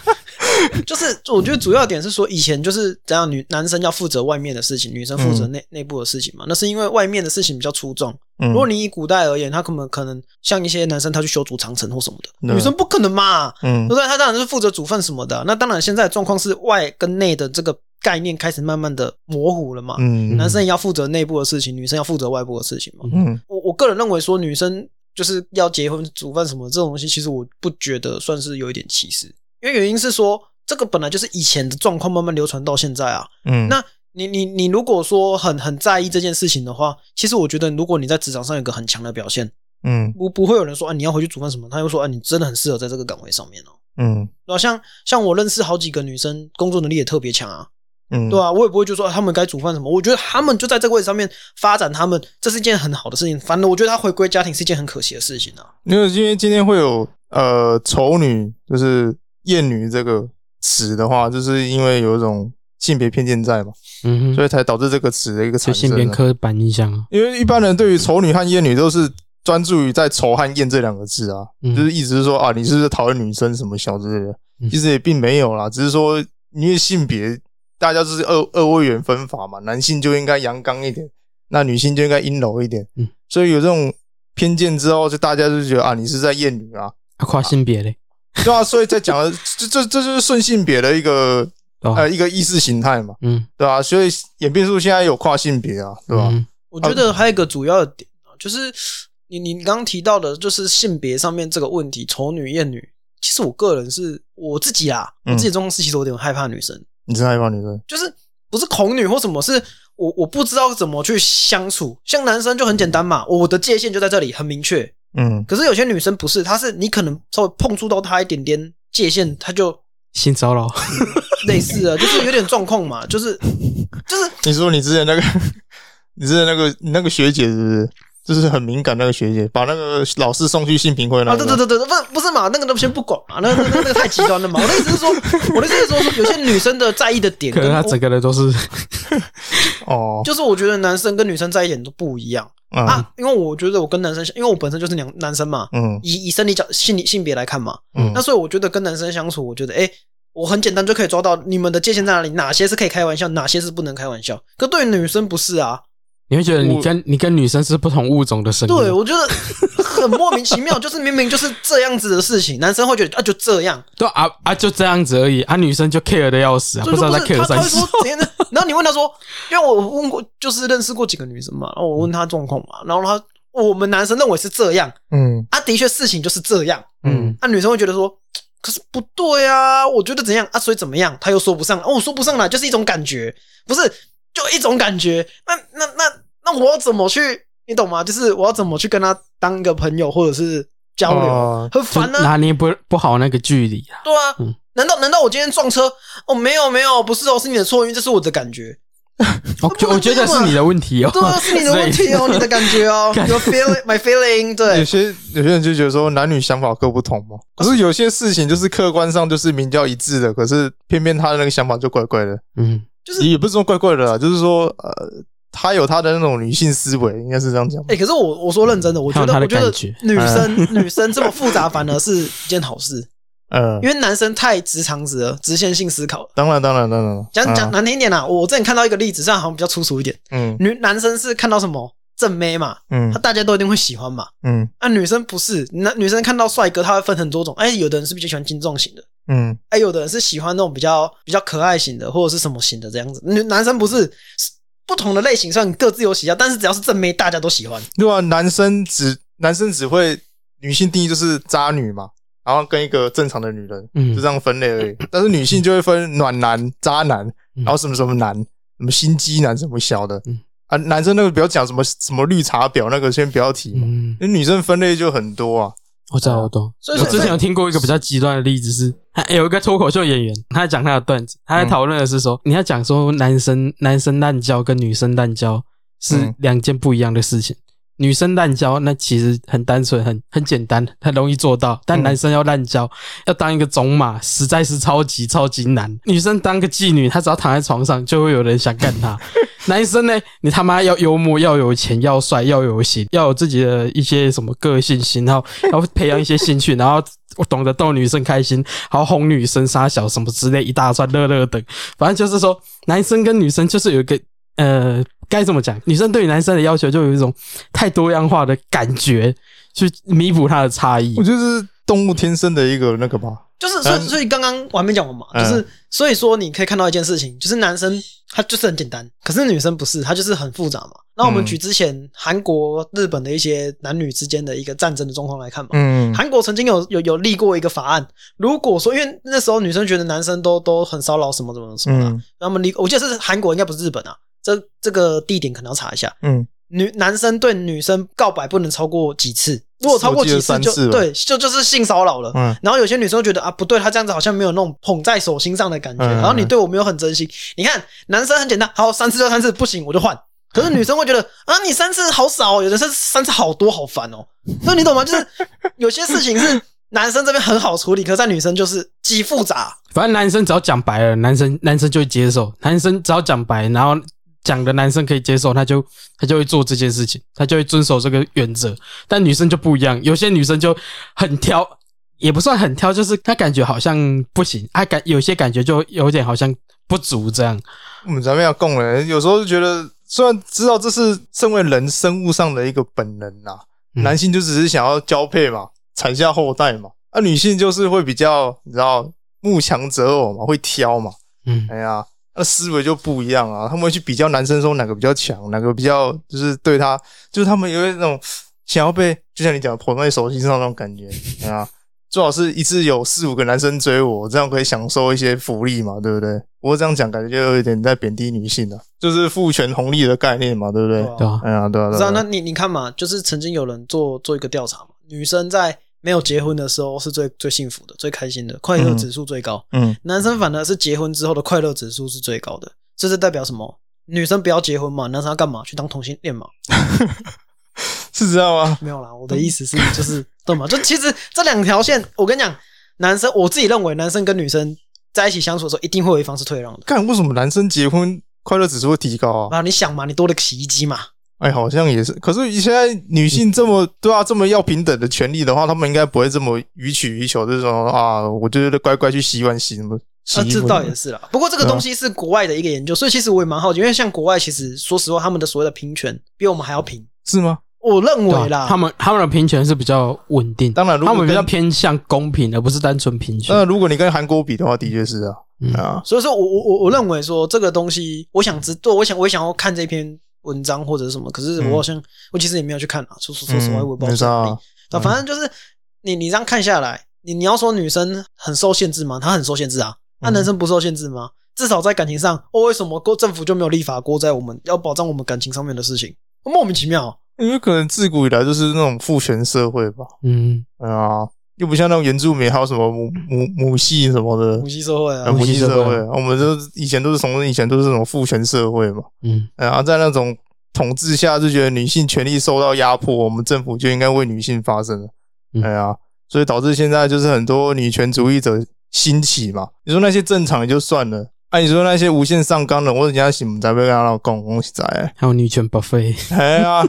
Speaker 4: 就是我觉得主要点是说，以前就是怎样女男生要负责外面的事情，女生负责内、内部的事情嘛。那是因为外面的事情比较出众。
Speaker 2: 嗯
Speaker 4: 如果你以古代而言，他可能可能像一些男生他去修筑长城或什么的，
Speaker 2: 对
Speaker 4: 女生不可能嘛，
Speaker 2: 嗯
Speaker 4: 对不对？他当然是负责煮饭什么的啊、那当然现在的状况是外跟内的这个概念开始慢慢的模糊了嘛。
Speaker 2: 嗯
Speaker 4: 男生也要负责内部的事情，女生要负责外部的事情嘛。
Speaker 2: 嗯
Speaker 4: 我我个人认为说，女生就是要结婚、煮饭什么这种东西，其实我不觉得算是有一点歧视，因为原因是说，这个本来就是以前的状况，慢慢流传到现在啊。
Speaker 2: 嗯，
Speaker 4: 那你你你如果说很很在意这件事情的话，其实我觉得，如果你在职场上有一个很强的表现，
Speaker 2: 嗯
Speaker 4: 不不会有人说啊你要回去煮饭什么，他又说啊你真的很适合在这个岗位上面哦。
Speaker 2: 嗯
Speaker 4: 对啊，像像我认识好几个女生，工作能力也特别强啊，
Speaker 2: 嗯，
Speaker 4: 对啊，我也不会就说、啊、他们该煮饭什么，我觉得他们就在这个位置上面发展，他们这是一件很好的事情。反正我觉得他回归家庭是一件很可惜的事情啊。
Speaker 2: 因为因为今天会有呃丑女，就是艳女这个词的话，就是因为有一种性别偏见在嘛，
Speaker 3: 嗯
Speaker 2: 所
Speaker 3: 哼，
Speaker 2: 以才导致这个词的一个
Speaker 3: 就
Speaker 2: 产
Speaker 3: 性
Speaker 2: 生
Speaker 3: 别
Speaker 2: 啊。
Speaker 3: 刻板印象啊。
Speaker 2: 因为一般人对于丑女和艳女都是专注于在丑和艳这两个字啊，
Speaker 3: 嗯
Speaker 2: 就是一直是说啊，你是不是讨厌女生什么小之类的，
Speaker 3: 嗯
Speaker 2: 其实也并没有啦，只是说因为性别大家就是二二位元分法嘛，男性就应该阳刚一点，那女性就应该阴柔一点，
Speaker 3: 嗯
Speaker 2: 所以有这种偏见之后，就大家就觉得啊，你是在厌女 啊，
Speaker 3: 啊跨性别嘞，
Speaker 2: 对啊，所以在讲的这这这就是顺性别的一个
Speaker 3: 对吧
Speaker 4: 哎
Speaker 2: 呃？一个意识形态嘛，
Speaker 3: 嗯，
Speaker 2: 对吧、啊？所以演变出现在有跨性别啊，对吧、
Speaker 3: 嗯
Speaker 4: 我觉得还有一个主要的点啊，就是你你刚刚提到的，就是性别上面这个问题，丑女艳女。其实我个人是我自己啊，我
Speaker 2: 嗯
Speaker 4: 自己的状况是其实我有点害怕女生，
Speaker 2: 你真害怕女生？
Speaker 4: 就是不是恐女或什么，是我我不知道怎么去相处。像男生就很简单嘛，我的界限就在这里，很明确。
Speaker 2: 嗯
Speaker 4: 可是有些女生不是，她是你可能稍微碰触到她一点点界限，她就
Speaker 3: 性骚 扰，
Speaker 4: 类 似了，就是有点状况嘛，就是就是
Speaker 2: 你说你之前那个， 你之前那个你那个学姐是不是？就是很敏感那个学姐，把那个老师送去性平会那
Speaker 4: 啊，
Speaker 2: 个。
Speaker 4: 对对对对，对不不是嘛，那个都先不管嘛，那那那那个太极端了嘛。我的意思是说，我的意思是说，说有些女生的在意的点
Speaker 3: 可
Speaker 4: 跟
Speaker 3: 能他
Speaker 4: 我，
Speaker 3: 整个人都是
Speaker 2: 哦，
Speaker 4: 就是我觉得男生跟女生在意点都不一样
Speaker 2: 嗯、
Speaker 4: 啊，因为我觉得我跟男生相，因为我本身就是两男生嘛，
Speaker 2: 嗯
Speaker 4: 以以生理角性理性别来看嘛，
Speaker 2: 嗯
Speaker 4: 那所以我觉得跟男生相处，我觉得哎、诶我很简单就可以抓到你们的界限在哪里，哪些是可以开玩笑，哪些是不能开玩笑。可对于女生不是啊，
Speaker 3: 你会觉得你
Speaker 2: 我
Speaker 3: 跟你跟女生是不同物种的生
Speaker 4: 对
Speaker 3: 物，
Speaker 4: 我觉得很莫名其妙，就是明明就是这样子的事情，男生会觉得啊就这样，
Speaker 3: 对啊啊，就这样子而已啊，女生就 care 的要死啊，
Speaker 4: 所
Speaker 3: 不
Speaker 4: 以
Speaker 3: 知
Speaker 4: 就
Speaker 3: 道
Speaker 4: 不
Speaker 3: 在
Speaker 4: 是
Speaker 3: care
Speaker 4: 他他
Speaker 3: 三
Speaker 4: 会
Speaker 3: 七
Speaker 4: 说，怎样的？然后你问他说，因为我问过，就是认识过几个女生嘛，然后我问他状况嘛，然后他我们男生认为是这样，
Speaker 2: 嗯
Speaker 4: 啊的确事情就是这样，
Speaker 3: 嗯，
Speaker 4: 啊，女生会觉得说，可是不对啊，我觉得怎样啊，所以怎么样，她又说不上来，哦，我说不上来就是一种感觉，不是就一种感觉，那那那那我要怎么去，你懂吗？就是我要怎么去跟她当一个朋友或者是交流，
Speaker 2: 哦
Speaker 4: 很
Speaker 3: 就
Speaker 4: 烦啊呢、
Speaker 3: 拿捏不不好那个距离啊，
Speaker 4: 对啊，
Speaker 3: 嗯
Speaker 4: 难道难道我今天撞车？哦，没有没有，不是哦，是你的错，因为这是我的感觉，
Speaker 3: 我
Speaker 4: 不能
Speaker 3: 我觉得是你的问题哦，
Speaker 4: 对啊，是你的问题哦，你的感觉哦 ，your feeling my feeling，
Speaker 2: 有
Speaker 4: 对，啊
Speaker 2: 些有些人就觉得说男女想法各不同嘛，可是有些事情就是客观上就是明教一致的，可是偏偏他的那个想法就怪怪的，
Speaker 3: 嗯，
Speaker 4: 就是
Speaker 2: 也不是说怪怪的啦，就是说呃，她有她的那种女性思维，应该是这样讲吧。
Speaker 4: 哎、可是我我说认真的，我觉得
Speaker 3: 还有他
Speaker 4: 我
Speaker 3: 的
Speaker 4: 觉得
Speaker 3: 感觉
Speaker 4: 女生女生这么复杂反而是一件好事，
Speaker 2: 嗯，
Speaker 4: 因为男生太直肠子了，直线性思考了。
Speaker 2: 当然，当然，当然了。
Speaker 4: 讲
Speaker 3: 啊
Speaker 4: 讲
Speaker 2: 嗯
Speaker 4: 难听一点啦，我之前看到一个例子，这样好像比较粗俗一点。
Speaker 2: 嗯
Speaker 4: 女男生是看到什么正妹嘛，他
Speaker 2: 嗯
Speaker 4: 大家都一定会喜欢嘛。
Speaker 2: 嗯
Speaker 4: 啊，女生不是，那女生看到帅哥，她会分很多种。哎、有的人是比较喜欢精壮型的，
Speaker 2: 嗯，
Speaker 4: 哎、有的人是喜欢那种比较比较可爱型的，或者是什么型的这样子。女男生不是是不同的类型，虽然各自有喜好，但是只要是正妹，大家都喜欢。
Speaker 2: 对啊，男生只男生只会女性定义就是渣女嘛，然后跟一个正常的女人，
Speaker 3: 嗯
Speaker 2: 就这样分类而已。但是女性就会分暖男、渣男，
Speaker 3: 嗯
Speaker 2: 然后什么什么男，什么心机男，什么小的
Speaker 3: 嗯。
Speaker 2: 啊，男生那个不要讲什么什么绿茶婊，那个先不要提嘛。
Speaker 3: 嗯，
Speaker 2: 那女生分类就很多啊，
Speaker 3: 我知道，我懂。
Speaker 4: 所以
Speaker 3: 我
Speaker 4: 说
Speaker 3: 之前有听过一个比较极端的例子是， 还有一个脱口秀演员，他在讲他的段子，他在讨论的是说，
Speaker 4: 嗯
Speaker 3: 你要讲说男生男生滥交跟女生滥交是
Speaker 2: 嗯
Speaker 3: 两件不一样的事情。女生滥交那其实很单纯，很很简单，很容易做到。但
Speaker 2: 嗯
Speaker 3: 男生要滥交，要当一个种马，实在是超级超级难。女生当个妓女，她只要躺在床上，就会有人想干她。男生呢，你他妈要幽默，要有钱，要帅，要有型，要有自己的一些什么个性型，然后然后培养一些兴趣，然后懂得逗女生开心，然后哄女生撒小什么之类一大串乐乐等，反正就是说，男生跟女生就是有一个呃，该怎么讲？女生对于男生的要求就有一种太多样化的感觉，去弥补他的差异
Speaker 2: 我。觉得这是动物天生的一个那个吧。
Speaker 4: 就是，所以所以刚刚我还没讲完嘛，
Speaker 2: 嗯
Speaker 4: 就是所以说你可以看到一件事情，就是男生他就是很简单，可是女生不是，她就是很复杂嘛。那我们
Speaker 2: 嗯
Speaker 4: 举之前韩国、日本的一些男女之间的一个战争的状况来看嘛，
Speaker 2: 嗯
Speaker 4: 韩国曾经有有有立过一个法案，如果说因为那时候女生觉得男生都都很骚扰什么什么什么的，
Speaker 2: 嗯
Speaker 4: 那么立我记得是韩国，应该不是日本啊，这这个地点可能要查一下。
Speaker 2: 嗯
Speaker 4: 女男生对女生告白不能超过几次，如果超过几
Speaker 2: 我记
Speaker 4: 次
Speaker 2: 得
Speaker 4: 就
Speaker 2: 三次吧
Speaker 4: 对，就就是性骚扰了。
Speaker 2: 嗯
Speaker 4: 然后有些女生觉得啊，不对，她这样子好像没有那种捧在手心上的感觉，
Speaker 2: 嗯
Speaker 4: 然后你对我没有很真心。你看男生很简单，好三次就三次，不行我就换。可是女生会觉得啊，你三次好少、哦，有的是三次好多，好烦哦。所以你懂吗？就是有些事情是男生这边很好处理，可是在女生就是极复杂。
Speaker 3: 反正男生只要讲白了，男生男生就会接受；男生只要讲白，然后讲的男生可以接受，他就他就会做这件事情，他就会遵守这个原则。但女生就不一样，有些女生就很挑，也不算很挑，就是她感觉好像不行，她感有些感觉就有点好像不足这样。
Speaker 2: 我们嗯咱们要共人，有时候就觉得虽然知道这是身为人生物上的一个本能呐、
Speaker 3: 嗯
Speaker 2: 男性就只是想要交配嘛，产下后代嘛，啊，女性就是会比较你知道慕强择偶嘛，会挑嘛，
Speaker 3: 嗯，
Speaker 2: 哎呀，那思维就不一样啊，他们会去比较男生说哪个比较强，哪个比较就是对他，就是他们有一种想要被，就像你讲的捧在手心上那种感觉，哎呀。最好是一次有四五个男生追我，这样可以享受一些福利嘛，对不对？不过这样讲感觉就有一点在贬低女性了、就是父权红利的概念嘛，对不对？
Speaker 4: 吧
Speaker 3: 对啊，
Speaker 2: 哎呀，对啊，对啊。
Speaker 4: 不知道，
Speaker 2: 对
Speaker 4: 那
Speaker 2: 啊
Speaker 4: 你你看嘛，就是曾经有人做做一个调查嘛，女生在没有结婚的时候是最最幸福的、最开心的，快乐指数最高。
Speaker 2: 嗯
Speaker 4: 男生反而是结婚之后的快乐指数是最高的，这是代表什么？女生不要结婚嘛，男生要干嘛？去当同性恋嘛？嗯
Speaker 2: 是这样啊吗？
Speaker 4: 没有啦，我的意思是 就是对嘛？就其实这两条线，我跟你讲，男生我自己认为，男生跟女生在一起相处的时候，一定会有一方是退让的。
Speaker 2: 看为什么男生结婚快乐指数会提高啊？
Speaker 4: 啊，你想嘛，你多了个洗衣机嘛，
Speaker 2: 哎，好像也是。可是现在女性这么对啊，这么要平等的权利的话，他们应该不会这么予取予求，这种啊，我就是乖乖去洗碗洗什么洗
Speaker 4: 啊，
Speaker 2: 衣
Speaker 4: 这
Speaker 2: 服。
Speaker 4: 倒也是啦。不过这个
Speaker 2: 对啊
Speaker 4: 东西是国外的一个研究，所以其实我也蛮好奇，因为像国外其实说实话，他们的所谓的平权比我们还要平，
Speaker 2: 是吗？
Speaker 4: 我认
Speaker 3: 对啊
Speaker 4: 为啦。
Speaker 3: 他们他们的平权是比较稳定，
Speaker 2: 当然，如
Speaker 3: 他
Speaker 2: 果
Speaker 3: 们
Speaker 2: 跟
Speaker 3: 比较偏向公平，而不是单纯平权。
Speaker 2: 那如果你跟韩国比的话，的确是啊
Speaker 3: 嗯
Speaker 2: 啊，
Speaker 4: 所以说我我我我认为说这个东西，我想知，对我想我也想要看这篇文章或者是什么，可是我好像、我其实也没有去看啊，说说说实话，
Speaker 2: 嗯
Speaker 4: 我也不
Speaker 2: 没
Speaker 4: 知
Speaker 2: 事
Speaker 4: 道
Speaker 2: 啊。
Speaker 4: 那、反正就是你你这样看下来，你你要说女生很受限制吗？她很受限制啊，那、
Speaker 2: 嗯
Speaker 4: 男生不受限制吗？至少在感情上，哦，为什么国政府就没有立法过在我们要保障我们感情上面的事情？莫名其妙，
Speaker 2: 因为可能自古以来就是那种父权社会吧，
Speaker 3: 嗯，
Speaker 2: 啊，又不像那种原住民还有什么母母母系什么的
Speaker 4: 嗯母，系社会
Speaker 2: 呃
Speaker 4: 啊，
Speaker 2: 母系社
Speaker 3: 母系
Speaker 2: 会
Speaker 3: 社，
Speaker 2: 我们就是以前都是从以前都是那种父权社会嘛，
Speaker 3: 嗯
Speaker 2: 然后在那种统治下，就觉得女性权利受到压迫，我们政府就应该为女性发声了。
Speaker 3: 嗯
Speaker 2: 哎呀，所以导致现在就是很多女权主义者兴起嘛。你说那些正常也就算了，啊，你说那些无限上纲的，我人家是不知要欸跟他老公恭喜仔，
Speaker 3: 还有女权 buffet，
Speaker 2: 哎呀，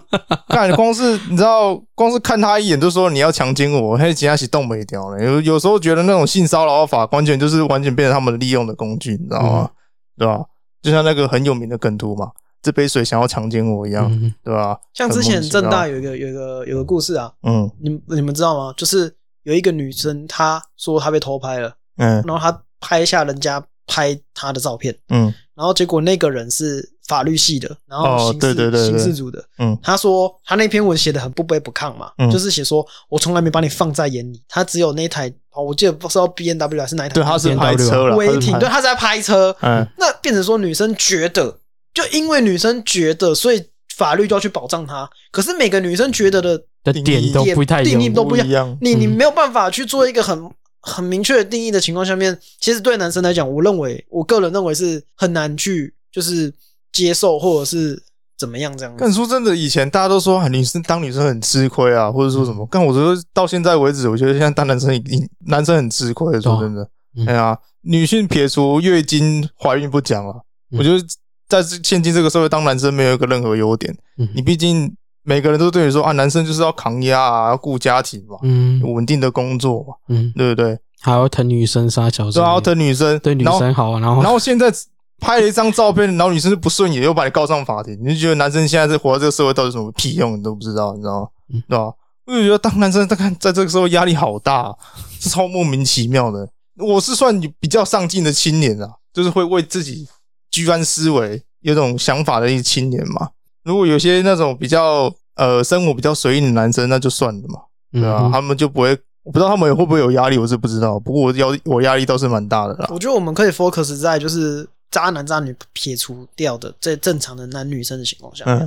Speaker 2: 看光是你知道，光是看他一眼就说你要强奸我，嘿，其他是动没掉了。有有时候觉得那种性骚扰法，完全就是完全变成他们利用的工具，你知道吗？对吧？就像那个很有名的梗图嘛，这杯水想要强奸我一样，
Speaker 3: 嗯，
Speaker 2: 对啊吧？
Speaker 4: 像之前
Speaker 2: 很莫名其妙
Speaker 4: 正大有一个有一个有个故事啊，
Speaker 2: 嗯
Speaker 4: 你们你们知道吗？就是有一个女生，她说她被偷拍了，
Speaker 2: 嗯
Speaker 4: 然后她拍下人家拍她的照片，
Speaker 2: 嗯
Speaker 4: 然后结果那个人是法律系的，然后
Speaker 2: 哦
Speaker 4: 刑事、
Speaker 2: 对对对对
Speaker 4: 刑事组的，
Speaker 2: 嗯
Speaker 4: 他说他那篇文写的很不卑不亢嘛，
Speaker 2: 嗯
Speaker 4: 就是写说我从来没把你放在眼里，他只有那台哦，我记得不知道 B N W 啊还是哪一台，
Speaker 2: 对，他是拍车了，
Speaker 4: 违停，对，他是在拍车，
Speaker 2: 嗯
Speaker 4: 那变成说女生觉得，就因为女生觉得，所以法律就要去保障她，可是每个女生觉得的
Speaker 3: 的
Speaker 2: 定义
Speaker 3: 点都不太一
Speaker 4: 定义
Speaker 3: 样
Speaker 4: 都。
Speaker 2: 不一样，
Speaker 4: 你你
Speaker 3: 嗯
Speaker 4: 没有办法去做一个很很明确的定义的情况下面，其实对男生来讲，我认为我个人认为是很难去就是接受或者是怎么样这样子
Speaker 2: 但。说真的，以前大家都说啊，女生当女生很吃亏啊，或者说什
Speaker 3: 嗯
Speaker 2: 么。但我觉得到现在为止，我觉得现在当男生已经男生很吃亏。说真的，
Speaker 3: 嗯
Speaker 2: 哎呀，女性撇除月经、怀孕不讲了，
Speaker 3: 嗯
Speaker 2: 我觉得在这现今这个社会，当男生没有一个任何优点。
Speaker 3: 嗯
Speaker 2: 你毕竟每个人都对你说啊，男生就是要扛压啊，要顾家庭嘛，
Speaker 3: 嗯
Speaker 2: 稳定的工作嘛，
Speaker 3: 嗯，
Speaker 2: 对不对？啊
Speaker 3: 还要疼女生杀小子，
Speaker 2: 对啊，要疼女生，
Speaker 3: 对女
Speaker 2: 然后
Speaker 3: 生好，然后
Speaker 2: 然后现在拍了一张照片，然后女生就不顺眼，又把你告上法庭，你就觉得男生现在这活在这个社会到底有什么屁用，你都不知道，你知道吗？
Speaker 3: 嗯
Speaker 2: 对吧？我就觉得当男生在看在这个时候压力好大、是超莫名其妙的。我是算比较上进的青年啊，就是会为自己居安思危、有种想法的一青年嘛。如果有些那种比较呃生活比较随意的男生，那就算了嘛，对啊，
Speaker 3: 嗯
Speaker 2: 他们就不会，我不知道他们会不会有压力，我是不知道。不过我压我压力倒是蛮大的啦。
Speaker 4: 我觉得我们可以 focus 在就是渣男渣女撇除掉的这正常的男女生的情况下面啊，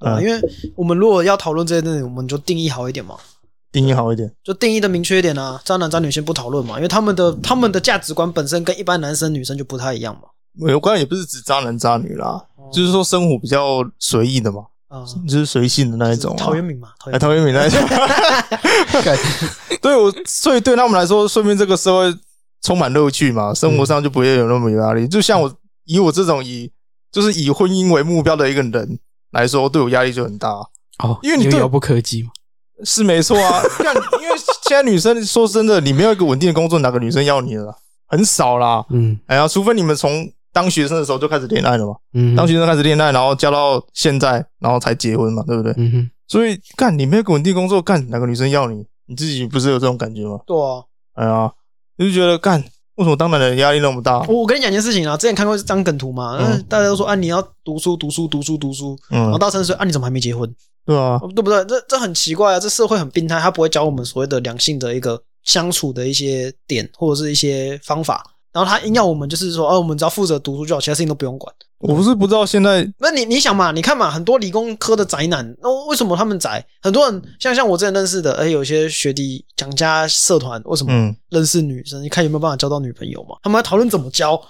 Speaker 4: 对吧
Speaker 2: 嗯
Speaker 4: 因为我们如果要讨论这些东西，我们就定义好一点嘛，
Speaker 2: 定义好一点。
Speaker 4: 就定义的明确一点啊。渣男渣女先不讨论嘛，因为他们的他们的价值观本身跟一般男生女生就不太一样嘛。
Speaker 2: 我刚才也不是指渣男渣女啦，就是说生活比较随意的嘛，
Speaker 4: 啊，
Speaker 2: 就是随性的那一种、啊。
Speaker 4: 陶渊明嘛，陶
Speaker 2: 哎，
Speaker 4: 渊明
Speaker 2: 陶渊明那一 种。
Speaker 3: 干
Speaker 2: 对我，所以对他们来说，说明这个社会充满乐趣嘛，生活上就不会有那么有压力。就像我以我这种以就是以婚姻为目标的一个人来说，对我压力就很大，
Speaker 3: 哦，
Speaker 2: 因为你对
Speaker 3: 遥不可及嘛，
Speaker 2: 是没错啊。 但因为现在女生说真的，你没有一个稳定的工作，哪个女生要你了？很少啦。
Speaker 3: 嗯
Speaker 2: 哎呀，除非你们从当学生的时候就开始恋爱了嘛。
Speaker 3: 嗯，
Speaker 2: 当学生开始恋爱，然后交到现在，然后才结婚嘛，对不对？
Speaker 3: 嗯哼，
Speaker 2: 所以干你没有个稳定工作，干哪个女生要你？你自己不是有这种感觉吗？
Speaker 4: 对啊，
Speaker 2: 哎呀，你就觉得干为什么当男人压力那么大？
Speaker 4: 我我跟你讲一件事情啊，之前看过一张梗图嘛，
Speaker 2: 嗯
Speaker 4: 嗯，大家都说啊，你要读书读书读书读书，然后
Speaker 2: 嗯，
Speaker 4: 到三十岁啊，你怎么还没结婚？
Speaker 2: 对啊，
Speaker 4: 哦对不对？这这很奇怪啊，这社会很病态，他不会教我们所谓的两性的一个相处的一些点或者是一些方法，然后他硬要我们就是说，哦、我们只要负责读书就好，其他事情都不用管。
Speaker 2: 我不是不知道现在
Speaker 4: 那你你想嘛，你看嘛，很多理工科的宅男，那、为什么他们宅？很多人像像我之前认识的，哎，有些学弟蒋家社团，为什么
Speaker 2: 嗯，
Speaker 4: 认识女生，看有没有办法交到女朋友嘛？他们还讨论怎么交，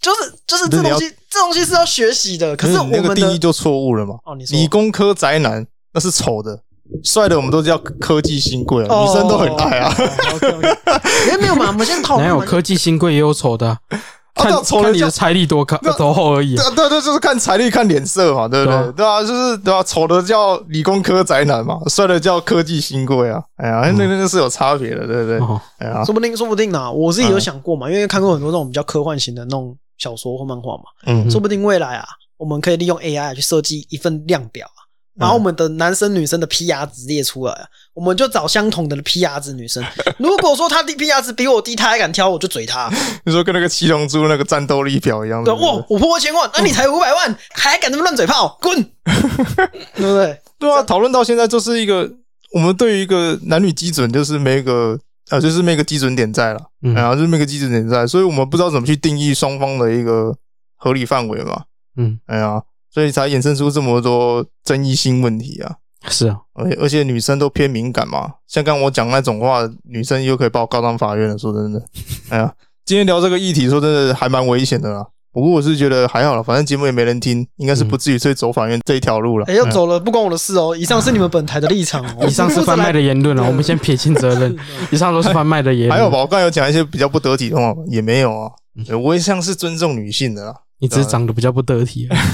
Speaker 4: 就是就是这东
Speaker 2: 不是
Speaker 4: 西，这东西是要学习的。可是我
Speaker 2: 你那
Speaker 4: 们
Speaker 2: 个定义
Speaker 4: 的
Speaker 2: 就错误了嘛。
Speaker 4: 哦，你说
Speaker 2: 理工科宅男那是丑的，帅的我们都叫科技新贵啊，
Speaker 4: 哦
Speaker 2: 女生都很爱啊。
Speaker 4: OK OK，没有嘛，我们先讨
Speaker 3: 哪
Speaker 4: 论
Speaker 3: 有
Speaker 4: 嘛。
Speaker 3: 科技新贵也有丑的啊，
Speaker 2: 啊
Speaker 3: 看
Speaker 2: 那丑人
Speaker 3: 看你
Speaker 2: 叫
Speaker 3: 的财力多高
Speaker 2: 那
Speaker 3: 多厚而已
Speaker 2: 对。
Speaker 3: 啊
Speaker 2: 啊对啊对啊，就是看财力、看脸色嘛，对不
Speaker 3: 对
Speaker 2: 对
Speaker 3: 啊？
Speaker 2: 对啊，就是对啊，丑的叫理工科宅男嘛，帅的叫科技新贵啊。哎呀，那那那是有差别的，对不对？
Speaker 3: 哦，
Speaker 2: 哎呀，
Speaker 4: 说不定，说不定呢、我自己有想过嘛，
Speaker 2: 嗯
Speaker 4: 因为看过很多那种比较科幻型的那种小说或漫画嘛，
Speaker 2: 嗯
Speaker 4: 说不定未来啊，我们可以利用 AI 去设计一份量表啊，
Speaker 2: 嗯
Speaker 4: 把我们的男生女生的 PR 值列出来啊，我们就找相同的 PR 值女生。如果说她的 PR 值比我低，她还敢挑，我就嘴她。
Speaker 2: 你说跟那个七龙珠那个战斗力表一样
Speaker 4: 对，啊
Speaker 2: 的，
Speaker 4: 哇，我破千万，那、你才五百万，还敢这么乱嘴炮，滚，对不对？
Speaker 2: 对啊，讨论到现在就是一个我们对于一个男女基准就是没有一个呃，就是没有一个基准点在了，
Speaker 3: 嗯
Speaker 2: 然后就是没有一个基准点在，所以我们不知道怎么去定义双方的一个合理范围嘛，
Speaker 3: 嗯，
Speaker 2: 哎呀，所以才衍生出这么多争议性问题啊。
Speaker 3: 是啊，
Speaker 2: 而且而且女生都偏敏感嘛，像刚我讲那种话，女生又可以把我告上法院了。说真的，哎呀，今天聊这个议题，说真的还蛮危险的啦。不过我是觉得还好了，反正节目也没人听，应该是不至于去走法院这一条路了。
Speaker 4: 哎，要走了，不关我的事哦。以上是你们本台的立场哦，
Speaker 3: 以上是贩 卖的言论了，啊我们先撇清责任。以上都是贩卖的言
Speaker 2: 哎呀
Speaker 3: 论。
Speaker 2: 还有吧，我刚才有讲一些比较不得体的话，也没有啊。呃我一向是尊重女性的啦，
Speaker 3: 你只是长得比较不得体而已。
Speaker 2: 啊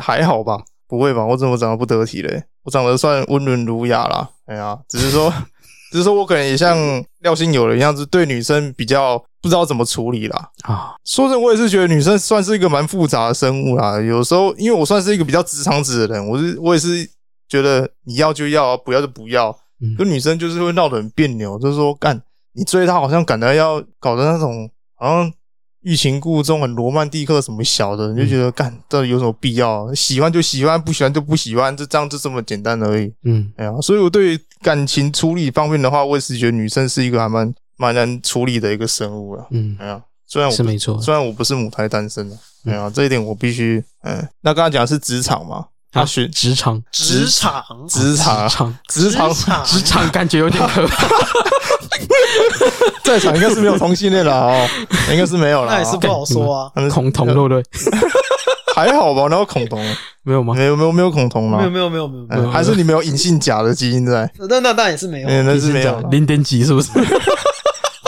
Speaker 2: 还好吧？不会吧？我怎么长得不得体嘞？我长得算温文儒雅啦。哎呀，只是说，只是说我可能也像廖星友的一样，是对女生比较不知道怎么处理啦。
Speaker 3: 啊，
Speaker 2: 说真的，我也是觉得女生算是一个蛮复杂的生物啦。有时候，因为我算是一个比较直肠子的人，我是我也是觉得你要就要，啊不要就不要。
Speaker 3: 嗯
Speaker 2: 就女生就是会闹得很别扭，就是说干你追她好像感到要搞得那种好像欲擒故纵、很罗曼蒂克什么小的，你就觉得干到底有什么必要？喜欢就喜欢，不喜欢就不喜欢，就这样就这么简单而已。
Speaker 3: 嗯，
Speaker 2: 哎呀，所以我对于感情处理方面的话，我也是觉得女生是一个还蛮蛮难处理的一个生物了。
Speaker 3: 嗯，
Speaker 2: 哎呀，虽然我
Speaker 3: 是没
Speaker 4: 嗯
Speaker 3: 错。
Speaker 2: 虽然我不是母胎单身的，没有、这一点我必须，嗯，那刚刚讲的是职场嘛，他
Speaker 3: 啊
Speaker 2: 选
Speaker 3: 职场，
Speaker 4: 职场，
Speaker 2: 职场，啊
Speaker 3: 场，
Speaker 2: 职场，
Speaker 4: 场，
Speaker 3: 职场感觉有点可 怕。
Speaker 2: 在场应该是没有同性恋了哦， 应该是没有了、
Speaker 4: 那也是不
Speaker 2: 哦，
Speaker 4: 好说啊。
Speaker 3: 恐同对不对？
Speaker 2: 还好吧？然后恐同，
Speaker 3: 没有吗？
Speaker 2: 没有没有没有恐同
Speaker 4: 没有
Speaker 2: 了，
Speaker 4: 没有没有没有没
Speaker 2: 嗯还是你没有隐性甲的基因在？
Speaker 4: 有，那那当然也是没有。
Speaker 2: 嗯，那是没有
Speaker 3: 讲
Speaker 2: 啦，
Speaker 3: 零点几是 不是？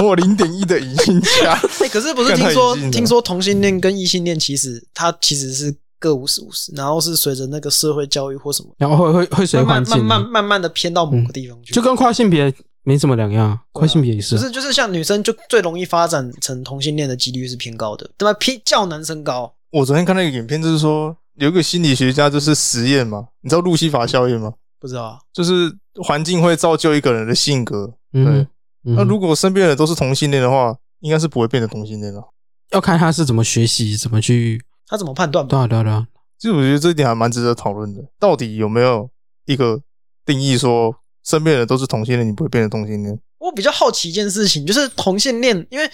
Speaker 2: 我零点一的隐性甲，
Speaker 4: 哎，可是不是
Speaker 2: 干
Speaker 4: 听
Speaker 2: 太
Speaker 4: 说
Speaker 2: 隐性了
Speaker 4: 听说同性恋跟异性恋其实它其实是各五十五十，然后是随着那个社会教育或什么，
Speaker 3: 然后会会会随环
Speaker 4: 慢慢
Speaker 3: 境，啊
Speaker 4: 慢慢慢慢的偏到某个地方去，
Speaker 3: 嗯就跟跨性别没什么两样啊。跨性别也是
Speaker 4: 就
Speaker 3: 啊，
Speaker 4: 是就是像女生就最容易发展成同性恋的几率是偏高的，对吧？偏较男生高。
Speaker 2: 我昨天看那个影片，就是说有一个心理学家就是实验嘛，你知道路西法效应吗？
Speaker 4: 不知道啊，
Speaker 2: 就是环境会造就一个人的性格，
Speaker 3: 嗯，嗯
Speaker 2: 那如果身边的人都是同性恋的话，应该是不会变成同性恋了。
Speaker 3: 要看他是怎么学习，怎么去，
Speaker 4: 他怎么判断吧？
Speaker 3: 对啊对啊对啊，
Speaker 2: 其实我觉得这一点还蛮值得讨论的，到底有没有一个定义说身边的人都是同性恋，你不会变成同性恋？
Speaker 4: 我比较好奇一件事情，就是同性恋，因为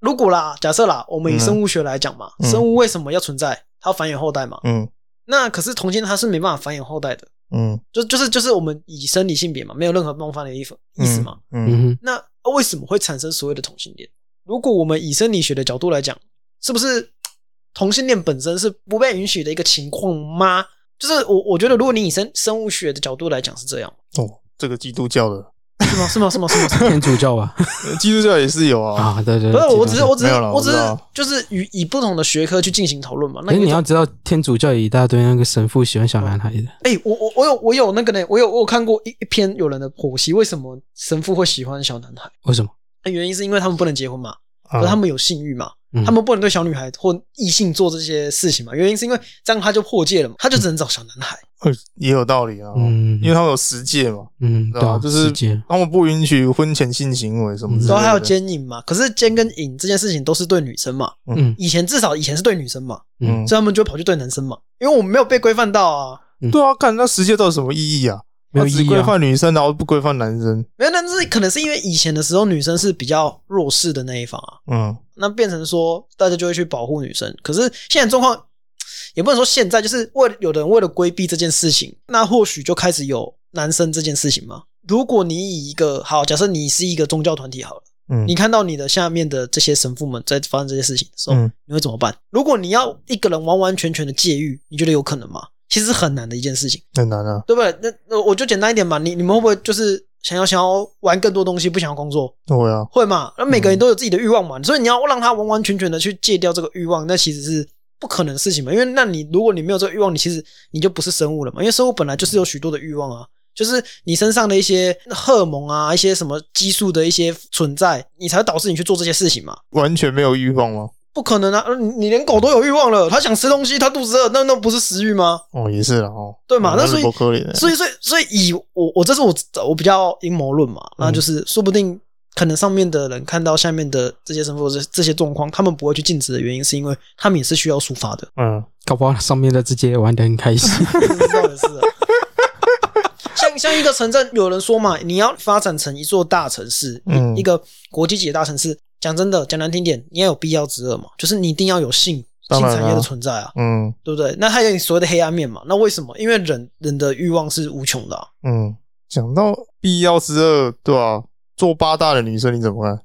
Speaker 4: 如果啦，假设啦，我们以
Speaker 2: 嗯
Speaker 4: 生物学来讲嘛，
Speaker 2: 嗯
Speaker 4: 生物为什么要存在？它要繁衍后代嘛。
Speaker 2: 嗯
Speaker 4: 那可是同性恋它是没办法繁衍后代的，
Speaker 2: 嗯
Speaker 4: 就就是就是我们以生理性别嘛，没有任何冒犯的意思意思嘛。
Speaker 2: 嗯
Speaker 3: 嗯哼，
Speaker 4: 那为什么会产生所谓的同性恋？如果我们以生理学的角度来讲，是不是同性恋本身是不被允许的一个情况吗？就是我我觉得，如果你以生生物学的角度来讲是 这样，
Speaker 2: 哦，这个基督教的
Speaker 4: 是吗？是吗？是吗？是吗？是吗
Speaker 3: 天主教吧？
Speaker 2: 呃基督教也是有啊。
Speaker 3: 啊，对对，
Speaker 4: 不是，
Speaker 3: 对
Speaker 4: 我只是我只
Speaker 2: 没
Speaker 4: 是
Speaker 2: 有啦
Speaker 4: 我只是
Speaker 2: 我知道
Speaker 4: 就是以以不同的学科去进行讨论嘛。那
Speaker 3: 可是
Speaker 4: 个
Speaker 3: 哎你要知道，天主教有一大堆那个神父喜欢小男孩的，
Speaker 4: 哎、我我我有我有那个呢，我有我有看过一一篇有人的剖析，为什么神父会喜欢小男孩？
Speaker 3: 为什么？
Speaker 4: 那原因是因为他们不能结婚嘛，
Speaker 2: 啊
Speaker 4: 而他们有性欲嘛，
Speaker 3: 嗯
Speaker 4: 他们不能对小女孩或异性做这些事情嘛。原因是因为这样他就破戒了嘛，他就只能找小男孩。
Speaker 2: 呃也有道理啊，
Speaker 3: 嗯
Speaker 2: 因为他们有十戒嘛，
Speaker 3: 嗯，对
Speaker 2: 知道
Speaker 3: 啊，
Speaker 2: 吗就是
Speaker 3: 世界
Speaker 2: 他们不允许婚前性行为什么之类
Speaker 3: 嗯
Speaker 2: 的。
Speaker 4: 啊然后还有奸淫嘛，嗯可是奸跟淫这件事情都是对女生嘛，
Speaker 3: 嗯
Speaker 4: 以前至少以前是对女生嘛，
Speaker 2: 嗯
Speaker 3: 嗯，
Speaker 4: 所以他们就会跑去对男生嘛，因为我们没有被规范到啊。
Speaker 2: 对啊，看那十戒到底有什么意义啊？
Speaker 3: 没有
Speaker 2: 它只
Speaker 3: 意义
Speaker 2: 规
Speaker 3: 啊。
Speaker 2: 范女生，然后不规范男生。
Speaker 4: 没有，那是可能是因为以前的时候女生是比较弱势的那一方啊，
Speaker 2: 嗯
Speaker 4: 那变成说大家就会去保护女生。可是现在状况也不能说现在，就是为了有的人为了规避这件事情，那或许就开始有男生这件事情嘛。如果你以一个好，假设你是一个宗教团体好了，
Speaker 2: 嗯
Speaker 4: 你看到你的下面的这些神父们在发生这些事情的时候，
Speaker 2: 嗯
Speaker 4: 你会怎么办？如果你要一个人完完全全的戒欲，你觉得有可能吗？其实是很难的一件事情。
Speaker 2: 很难啊，
Speaker 4: 对不对？那那我就简单一点嘛，你你们会不会就是想要想要玩更多东西，不想要工作？
Speaker 2: 对啊，
Speaker 4: 会嘛？那每个人都有自己的欲望嘛，所以你要让他完完全全的去戒掉这个欲望，那其实是不可能的事情嘛。因为那你如果你没有这个欲望，你其实你就不是生物了嘛。因为生物本来就是有许多的欲望啊，就是你身上的一些荷尔蒙啊，一些什么激素的一些存在，你才会导致你去做这些事情嘛。完
Speaker 2: 完全没有欲望吗？
Speaker 4: 不可能啊！呃你你连狗都有欲望了，它想吃东西，它肚子饿，那那不是食欲吗？
Speaker 2: 哦，也是啦，哦，
Speaker 4: 对嘛
Speaker 2: 哦
Speaker 4: 那
Speaker 2: 是
Speaker 4: 所以
Speaker 2: 不可怜的，
Speaker 4: 所以，所以，所以以我我这是我我比较阴谋论嘛，那
Speaker 2: 嗯
Speaker 4: 就是说不定可能上面的人看到下面的这些生活这这些状况，他们不会去禁止的原因，是因为他们也是需要 抒发的。
Speaker 2: 嗯，
Speaker 3: 搞不好上面的直接玩得很开心。
Speaker 4: 知道的是、啊。像像一个城镇，有人说嘛，你要发展成一座大城市，
Speaker 2: 嗯
Speaker 4: 一一个国际级的大城市。讲真的，讲难听点，你要有必要之恶嘛，就是你一定要有性性
Speaker 2: 当然啊
Speaker 4: 产业的存在啊，
Speaker 2: 嗯
Speaker 4: 对不对？那它有所谓的黑暗面嘛？那为什么？因为人人的欲望是无穷的、啊。
Speaker 2: 嗯，讲到必要之二，对吧、做八大的女生你怎么看？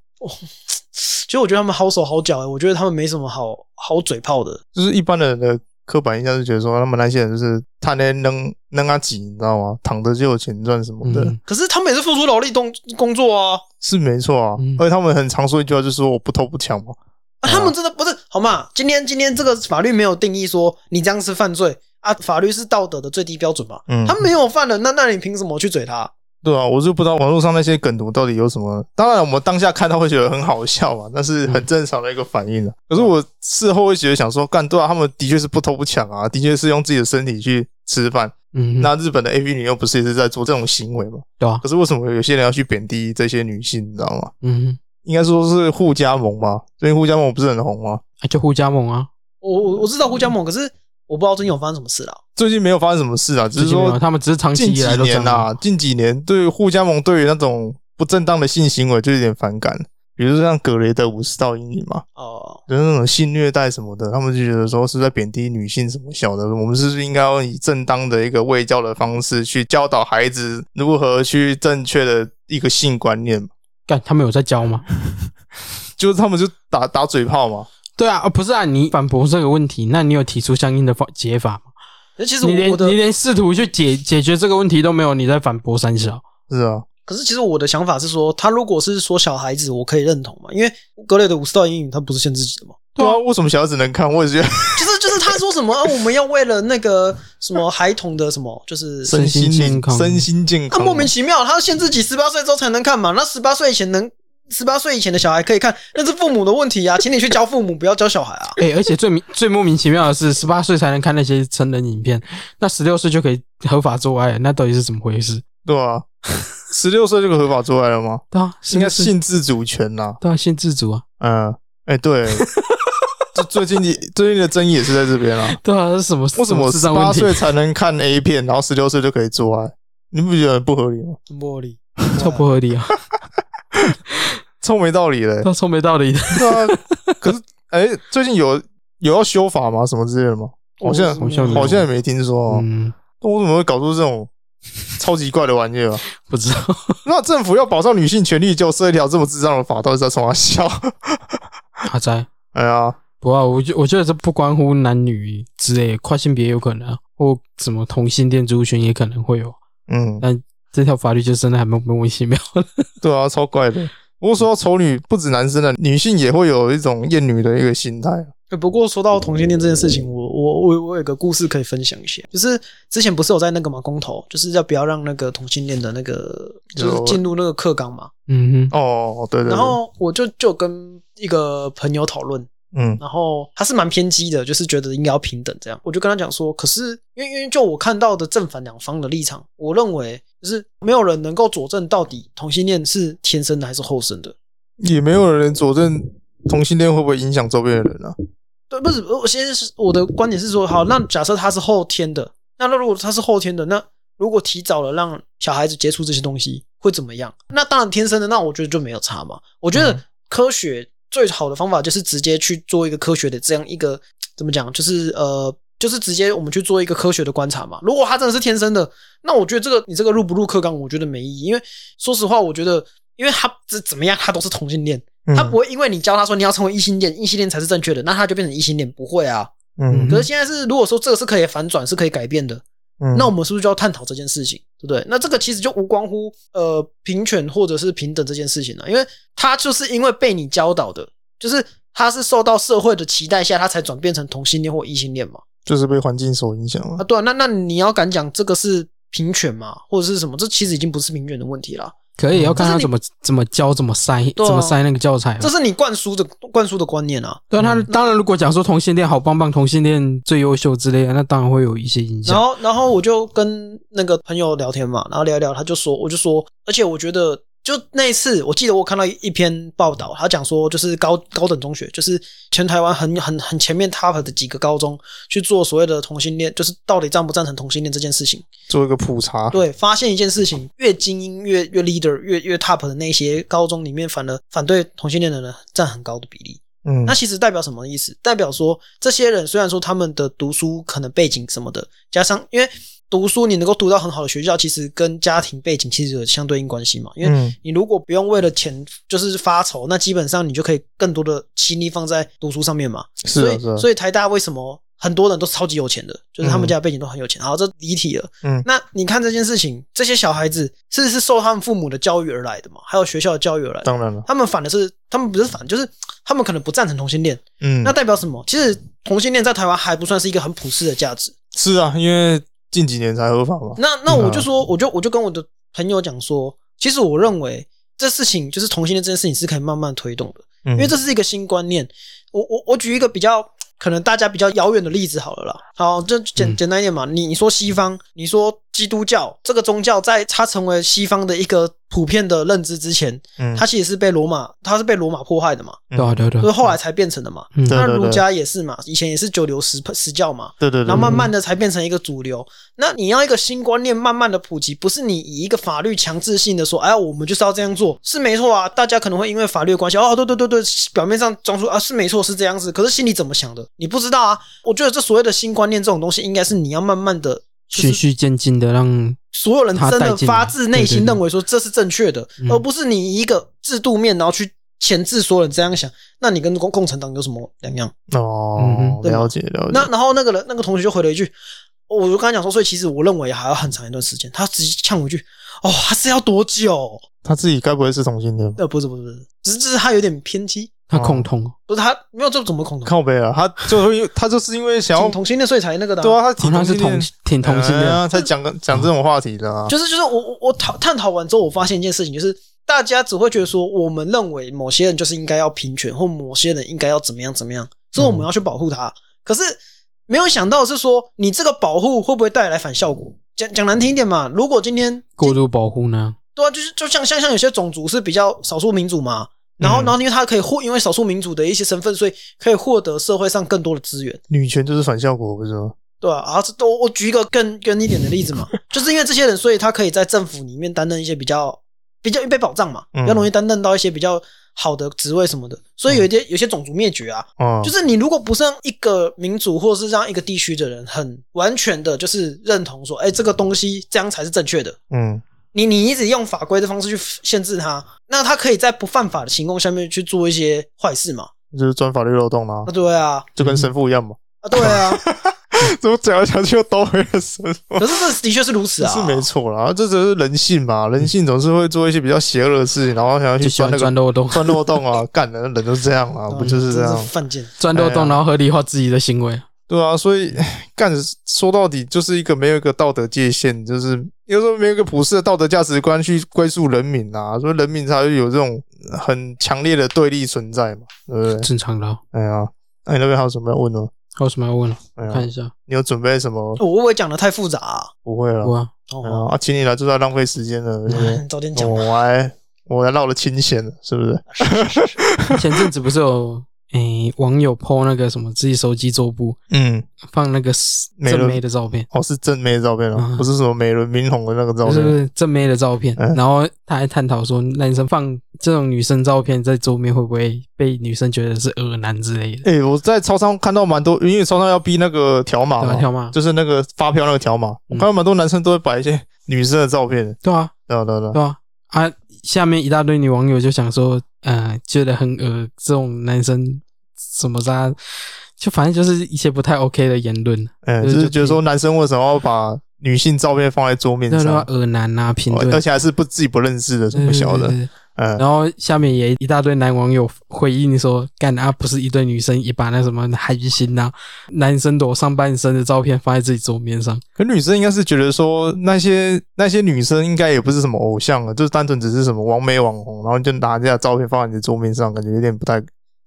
Speaker 4: 其实我觉得他们好手好脚、欸，我觉得他们没什么好好嘴炮的。
Speaker 2: 就是一般的人的刻板印象是觉得说，他们那些人就是贪恋能能啊挤，你知道吗？躺着就有钱赚什么的，
Speaker 3: 嗯
Speaker 4: 可是他们也是付出劳力动工作啊，
Speaker 2: 是没错啊。
Speaker 3: 嗯
Speaker 2: 而且他们很常说一句话，就是说我不偷不抢嘛。
Speaker 3: 嗯
Speaker 4: 啊，他们真的不是好嘛？今天今天这个法律没有定义说你这样是犯罪啊，法律是道德的最低标准嘛。
Speaker 2: 嗯
Speaker 4: 他没有犯了，那那你凭什么去嘴他？
Speaker 2: 对啊，我就不知道网络上那些梗图到底有什么。当然，我们当下看到会觉得很好笑嘛，那是很正常的一个反
Speaker 3: 嗯
Speaker 2: 应啊。可是我事后会觉得想说，干对啊，他们的确是不偷不抢啊，的确是用自己的身体去吃饭。
Speaker 3: 嗯，
Speaker 2: 那日本的 AV 女优不是也是在做这种行为吗？
Speaker 3: 对啊，
Speaker 2: 可是为什么有些人要去贬低这些女性，你知道吗？
Speaker 3: 嗯，
Speaker 2: 应该说是互加盟吧？最近互加盟不是很红吗？
Speaker 3: 啊就互加盟啊，
Speaker 4: 我我我知道胡
Speaker 3: 嗯
Speaker 4: 椒猛，可是我不知道最近有发生什么事了。
Speaker 2: 最近没有发生什么事啊，只是
Speaker 3: 最近没有
Speaker 2: 说
Speaker 3: 他们只是长期
Speaker 2: 近
Speaker 3: 以
Speaker 2: 几
Speaker 3: 来都这样
Speaker 2: 年啊，近几年对于互加盟对于那种不正当的性行为就有点反感，比如说像格雷的五十道阴影嘛，
Speaker 4: 哦，
Speaker 2: 就是那种性虐待什么的，他们就觉得说是在贬低女性什么小的，我们是不是应该要以正当的一个卫教的方式去教导孩子如何去正确的一个性观念嘛？
Speaker 3: 干，他们有在教吗？
Speaker 2: 就是他们就打打嘴炮嘛，
Speaker 3: 对啊，哦不是啊，你反驳这个问题，那你有提出相应的方解法吗？
Speaker 4: 那其实
Speaker 3: 你
Speaker 4: 我
Speaker 3: 连
Speaker 4: 我的
Speaker 3: 你，连试图去解解决这个问题都没有，你在反驳三小。
Speaker 2: 是啊，
Speaker 4: 可是其实我的想法是说，他如果是说小孩子，我可以认同嘛，因为格雷的五十道英语他不是限制级的嘛。
Speaker 2: 对啊，为什么小孩子能看？我也觉得
Speaker 4: 就是就是他说什么、啊，我们要为了那个什么孩童的什么，就是
Speaker 3: 身心
Speaker 2: 心
Speaker 3: 健康
Speaker 2: 身心健
Speaker 4: 他
Speaker 2: 康，
Speaker 4: 莫名其妙，他限制己十八岁之后才能看嘛，那十八岁以前能。十八岁以前的小孩可以看，那是父母的问题啊，请你去教父母，不要教小孩啊。
Speaker 3: 哎、而且最明最莫名其妙的是，十八岁才能看那些成人影片，那十六岁就可以合法做爱，那到底是怎么回事？
Speaker 2: 对啊，十六岁就可以合法做爱了吗？
Speaker 3: 对啊，是
Speaker 2: 应
Speaker 3: 不
Speaker 2: 该
Speaker 3: 是
Speaker 2: 性自主权呐、
Speaker 3: 对啊，性自主啊，
Speaker 2: 嗯，哎、对，就最近的最近的争议也是在这边啊。
Speaker 3: 对啊，是什么
Speaker 2: 为什么
Speaker 3: 智
Speaker 2: 十
Speaker 3: 障问
Speaker 2: 八
Speaker 3: 题？
Speaker 2: 岁才能看 A 片，然后十六岁就可以做爱？你不觉得很不合理吗？
Speaker 4: 茉莉，
Speaker 3: 超不合理 啊，
Speaker 2: 超没道理的、
Speaker 3: 那超没道理的。
Speaker 2: 对啊，可是哎、最近有有要修法吗？什么之类的吗？好像
Speaker 3: 好像没有
Speaker 2: 好像也没听说哦。
Speaker 3: 嗯，
Speaker 2: 那、我怎么会搞出这 种超级怪的玩意儿、啊？
Speaker 3: 不知道，
Speaker 2: 那政府要保障女性权利，就设一条这么智障的法，到底在冲他笑？
Speaker 3: 阿仔，
Speaker 2: 哎呀，
Speaker 3: 不啊，我觉我觉得这不关乎男女之类，跨性别有可能、啊，或什么同性恋族群也可能会有。
Speaker 2: 嗯，
Speaker 3: 这条法律就真的还蛮莫名其妙的。
Speaker 2: 对啊，超怪的。不过说到丑女，不止男生的，女性也会有一种厌女的一个心态。啊
Speaker 4: 欸不过说到同性恋这件事情，我我我我有个故事可以分享一下，就是之前不是有在那个嘛公投，就是要不要让那个同性恋的那个就是进入那个课纲嘛，
Speaker 3: 嗯哼，
Speaker 2: 哦，对对对，
Speaker 4: 然后我就就跟一个朋友讨论，
Speaker 2: 嗯
Speaker 4: 然后他是蛮偏激的，就是觉得应该要平等这样。我就跟他讲说，可是因为因为就我看到的正反两方的立场，我认为就是没有人能够佐证到底同性恋是天生的还是后生的。
Speaker 2: 也没有人佐证同性恋会不会影响周边的人啊。
Speaker 4: 对，不是我现在是我的观点是说，好，那假设他是后天的，那那如果他是后天的，那如果提早了让小孩子接触这些东西会怎么样？那当然天生的，那我觉得就没有差嘛。我觉得科学最好的方法就是直接去做一个科学的这样一个怎么讲，就是呃。就是直接我们去做一个科学的观察嘛。如果他真的是天生的，那我觉得这个你这个入不入课纲，我觉得没意义。因为说实话，我觉得，因为他怎怎么样，他都是同性恋，
Speaker 2: 嗯
Speaker 4: 他不会因为你教他说你要成为异性恋，异性恋才是正确的，那他就变成异性恋，不会啊。
Speaker 2: 嗯
Speaker 4: 可是现在是，如果说这个是可以反转，是可以改变的，
Speaker 2: 嗯
Speaker 4: 那我们是不是就要探讨这件事情，对不对？那这个其实就无关乎呃平权或者是平等这件事情了，啊因为他就是因为被你教导的，就是他是受到社会的期待下，他才转变成同性恋或异性恋嘛。
Speaker 2: 就是被环境所影响
Speaker 4: 啊，
Speaker 2: 了。
Speaker 4: 对啊，那那你要敢讲这个是平权嘛，或者是什么？这其实已经不是平权的问题了，
Speaker 2: 哎
Speaker 3: 可以要看
Speaker 4: 但
Speaker 3: 他
Speaker 4: 是你
Speaker 3: 怎么怎么教，怎么塞，
Speaker 4: 对啊
Speaker 3: 怎么塞那个教材嘛。
Speaker 4: 这是你灌输的灌输的观念啊。
Speaker 3: 对啊，他当然如果讲说同性恋好棒棒，同性恋最优秀之类的，那当然会有一些影
Speaker 4: 然
Speaker 3: 响。
Speaker 4: 后，然后我就跟那个朋友聊天嘛，然后聊一聊，他就说，我就说，而且我觉得，就那一次，我记得我看到一篇报道，他讲说，就是高高等中学，就是全台湾很很很前面 top 的几个高中去做所谓的同性恋，就是到底赞不赞成同性恋这件事情。
Speaker 2: 做一个普查，
Speaker 4: 对，发现一件事情，越精英、越越 leader、越越 top 的那些高中里面，反而反对同性恋的人占很高的比例。
Speaker 2: 嗯
Speaker 4: 那其实代表什么意思？代表说这些人虽然说他们的读书可能背景什么的，加上因为读书你能够读到很好的学校，其实跟家庭背景其实有相对应关系嘛。因为
Speaker 2: 嗯
Speaker 4: 你如果不用为了钱就是发愁，那基本上你就可以更多的心力放在读书上面嘛。
Speaker 2: 是
Speaker 4: 所
Speaker 2: 啊
Speaker 4: 以
Speaker 2: 是啊，
Speaker 4: 所以台大为什么很多人都超级有钱的，就是他们
Speaker 2: 嗯
Speaker 4: 家的背景都很有钱。好，这离题了。
Speaker 2: 嗯
Speaker 4: 那你看这件事情，这些小孩子是是受他们父母的教育而来的嘛，还有学校的教育而来的。
Speaker 2: 当然了，
Speaker 4: 他们反的是，他们不是反，就是他们可能不赞成同性恋。
Speaker 2: 嗯，
Speaker 4: 那代表什么？其实同性恋在台湾还不算是一个很普世的价值。
Speaker 2: 是啊，因为近几年才合法嘛，
Speaker 4: 那那我就说，我就我就跟我的朋友讲说，其实我认为这事情就是同性恋这件事情是可以慢慢推动的，
Speaker 2: 因
Speaker 4: 因为这是一个新观念。我我我举一个比较可能大家比较遥远的例子好了啦。好，这简
Speaker 3: 嗯
Speaker 4: 简单一点嘛。你你说西方，你说基督教这个宗教，在它成为西方的一个普遍的认知之前，
Speaker 2: 嗯
Speaker 4: 它其实是被罗马，它是被罗马迫害的嘛，
Speaker 3: 对啊，对啊对啊
Speaker 4: 就是后来才变成的嘛。
Speaker 3: 嗯
Speaker 2: 对
Speaker 4: 那
Speaker 2: 对对
Speaker 4: 儒家也是嘛，以前也是九流十十教嘛。
Speaker 2: 对对对，
Speaker 4: 然后慢慢的才变成一个主流。那你要一个新观念慢慢的普及，不是你以一个法律强制性的说，哎，我们就是要这样做，是没错啊。大家可能会因为法律的关系，哦，对对对对，表面上装出啊是没错是这样子，可是心里怎么想的，你不知道啊。我觉得这所谓的新观念这种东西，应该是你要慢慢的。
Speaker 3: 循序渐进的让
Speaker 4: 所有人真
Speaker 3: 他带
Speaker 4: 的
Speaker 3: 进来
Speaker 4: 发自内
Speaker 3: 对对
Speaker 4: 心
Speaker 3: 对
Speaker 4: 认为说这是正确的，
Speaker 3: 嗯
Speaker 4: 而不是你以一个制度面然后去钳制所有人这样想，那你跟共共产党有什么两样？
Speaker 2: 哦，
Speaker 4: 嗯
Speaker 2: 了解了
Speaker 4: 那
Speaker 2: 解，
Speaker 4: 然后那个人那个同学就回了一句，哦我就跟他讲说，所以其实我认为还要很长一段时间。他直接呛我一句，哦，他是要多久？
Speaker 2: 他自己该不会是同性恋吧？
Speaker 4: 呃，不是不是不是，只是只是他有点偏激，
Speaker 3: 他共同，
Speaker 4: 不是他没有这怎么恐同，
Speaker 2: 靠背啊，他就因为他就是因为想要
Speaker 4: 同同性恋所以才那个的啊、
Speaker 2: 对啊，他挺
Speaker 3: 哦那是同
Speaker 2: 恋
Speaker 3: 挺同性
Speaker 2: 哎
Speaker 3: 恋，
Speaker 2: 呀才讲个讲这种话题的啊，
Speaker 4: 就是就是我我我讨探讨完之后，我发现一件事情，就是大家只会觉得说，我们认为某些人就是应该要平权，或某些人应该要怎么样怎么样，所以我们要去保护他。可是没有想到是说，你这个保护会不会带来反效果？讲讲难听一点嘛，如果今天
Speaker 3: 过度保护呢？
Speaker 4: 对啊，就是就像像像有些种族是比较少数民族嘛，然后、
Speaker 2: 嗯
Speaker 4: 然后因为他可以获因为少数民族的一些身份，所以可以获得社会上更多的资源，
Speaker 2: 女权就是反效果，不是吗？
Speaker 4: 对啊，啊，这我我举一个更更一点的例子嘛， 就是因为这些人，所以他可以在政府里面担任一些比较比较被保障嘛，
Speaker 2: 嗯嗯
Speaker 4: 比较容易担任到一些比较好的职位什么的，所以有一些有些种族灭绝啊，
Speaker 2: 啊，
Speaker 4: 就是你如果不是让一个民族或是让一个地区的人很完全的，就是认同说，哎，这个东西这样才是正确的，
Speaker 2: 嗯
Speaker 4: 你你一直用法规的方式去限制他，那他可以在不犯法的情况下面去做一些坏事嘛？
Speaker 2: 就是钻法律漏洞啦
Speaker 4: 啊，，对啊，
Speaker 2: 就跟神父一样 嘛。
Speaker 4: 啊对 啊，
Speaker 2: 怎么讲来讲去又倒回了神父？
Speaker 4: 可是这的确是如此
Speaker 2: 这
Speaker 4: 啊，嗯
Speaker 2: 是没错啦，这只是人性嘛，人性总是会做一些比较邪恶的事情，然后想要去
Speaker 3: 就喜
Speaker 2: 钻
Speaker 3: 欢
Speaker 2: 那
Speaker 3: 钻
Speaker 2: 个
Speaker 3: 漏 洞，
Speaker 2: 钻漏洞啊，干的人都是这样啊，
Speaker 4: 啊
Speaker 2: 不就是这
Speaker 4: 真
Speaker 2: 样？
Speaker 4: 是犯贱。
Speaker 3: 钻漏洞，然后合理化自己的行为。
Speaker 2: 对啊，所以唉干说到底就是一个没有一个道德界限，就是有时候没有一个普世的道德价值观去归宿人民啊，所以人民才会有这种很强烈的对立存在嘛，对不对？
Speaker 3: 正常的啊。
Speaker 2: 哎呀，那你那边还有什么要问的吗？
Speaker 3: 还有什么要问了？
Speaker 2: 哎
Speaker 4: 啊
Speaker 3: 看
Speaker 2: 呀，
Speaker 3: 一下，
Speaker 2: 你有准备什么？
Speaker 4: 哦我会不会讲的太复杂啊？
Speaker 2: 不会了，
Speaker 3: 哇，
Speaker 2: 哎
Speaker 4: 哦，
Speaker 2: 呀啊，请你来就是要浪费时间了，对
Speaker 3: 哎
Speaker 2: 不对？哦
Speaker 4: 早点讲。
Speaker 2: 我还我还闹了清闲了，是不是？
Speaker 3: 前阵子不是有 诶网友 PO 那个什么自己手机桌布
Speaker 2: 嗯，
Speaker 3: 放那个
Speaker 2: 美
Speaker 3: 正
Speaker 2: 轮
Speaker 3: 妹的照片，
Speaker 2: 哦，是正妹的照片哦，
Speaker 3: 嗯
Speaker 2: 不是什么美轮明宏的那个照
Speaker 3: 不是不
Speaker 2: 片。
Speaker 3: 是正妹的照片，
Speaker 2: 嗯
Speaker 3: 然后他还探讨说男生放这种女生照片在桌面会不会被女生觉得是恶男之类的？
Speaker 2: 哎、我在超商看到蛮多，因为超商要逼那个条码
Speaker 3: 对啊
Speaker 2: 嘛
Speaker 3: 吧？，跳吗？
Speaker 2: 就是那个发票那个条码，
Speaker 3: 嗯
Speaker 2: 我看到蛮多男生都会摆一些女生的照片，
Speaker 3: 对啊，
Speaker 2: 对啊对啊对啊，
Speaker 3: 对啊，啊，下面一大堆女网友就想说，呃，觉得很恶这种男生什么渣，就反正就是一些不太 OK 的言论，
Speaker 2: 嗯，
Speaker 3: 对
Speaker 2: 就
Speaker 3: 就是
Speaker 2: 觉得说男生为什么要把女性照片放在桌面
Speaker 3: 对
Speaker 2: 上
Speaker 3: 吧？，恶男啊，评论
Speaker 2: 哦而。且还是不自己不认识的，
Speaker 3: 对
Speaker 2: 不晓
Speaker 3: 对
Speaker 2: 得
Speaker 3: 对，对
Speaker 2: 嗯，
Speaker 3: 然后下面也一大堆男网友回应说：“干啊，不是一堆女生也把那什么海鱼心呐、男生裸上半身的照片放在自己桌面上，
Speaker 2: 可女生应该是觉得说那些那些女生应该也不是什么偶像了，就是单纯只是什么网美网红，然后就拿人家的照片放在你的桌面上，感觉有点不太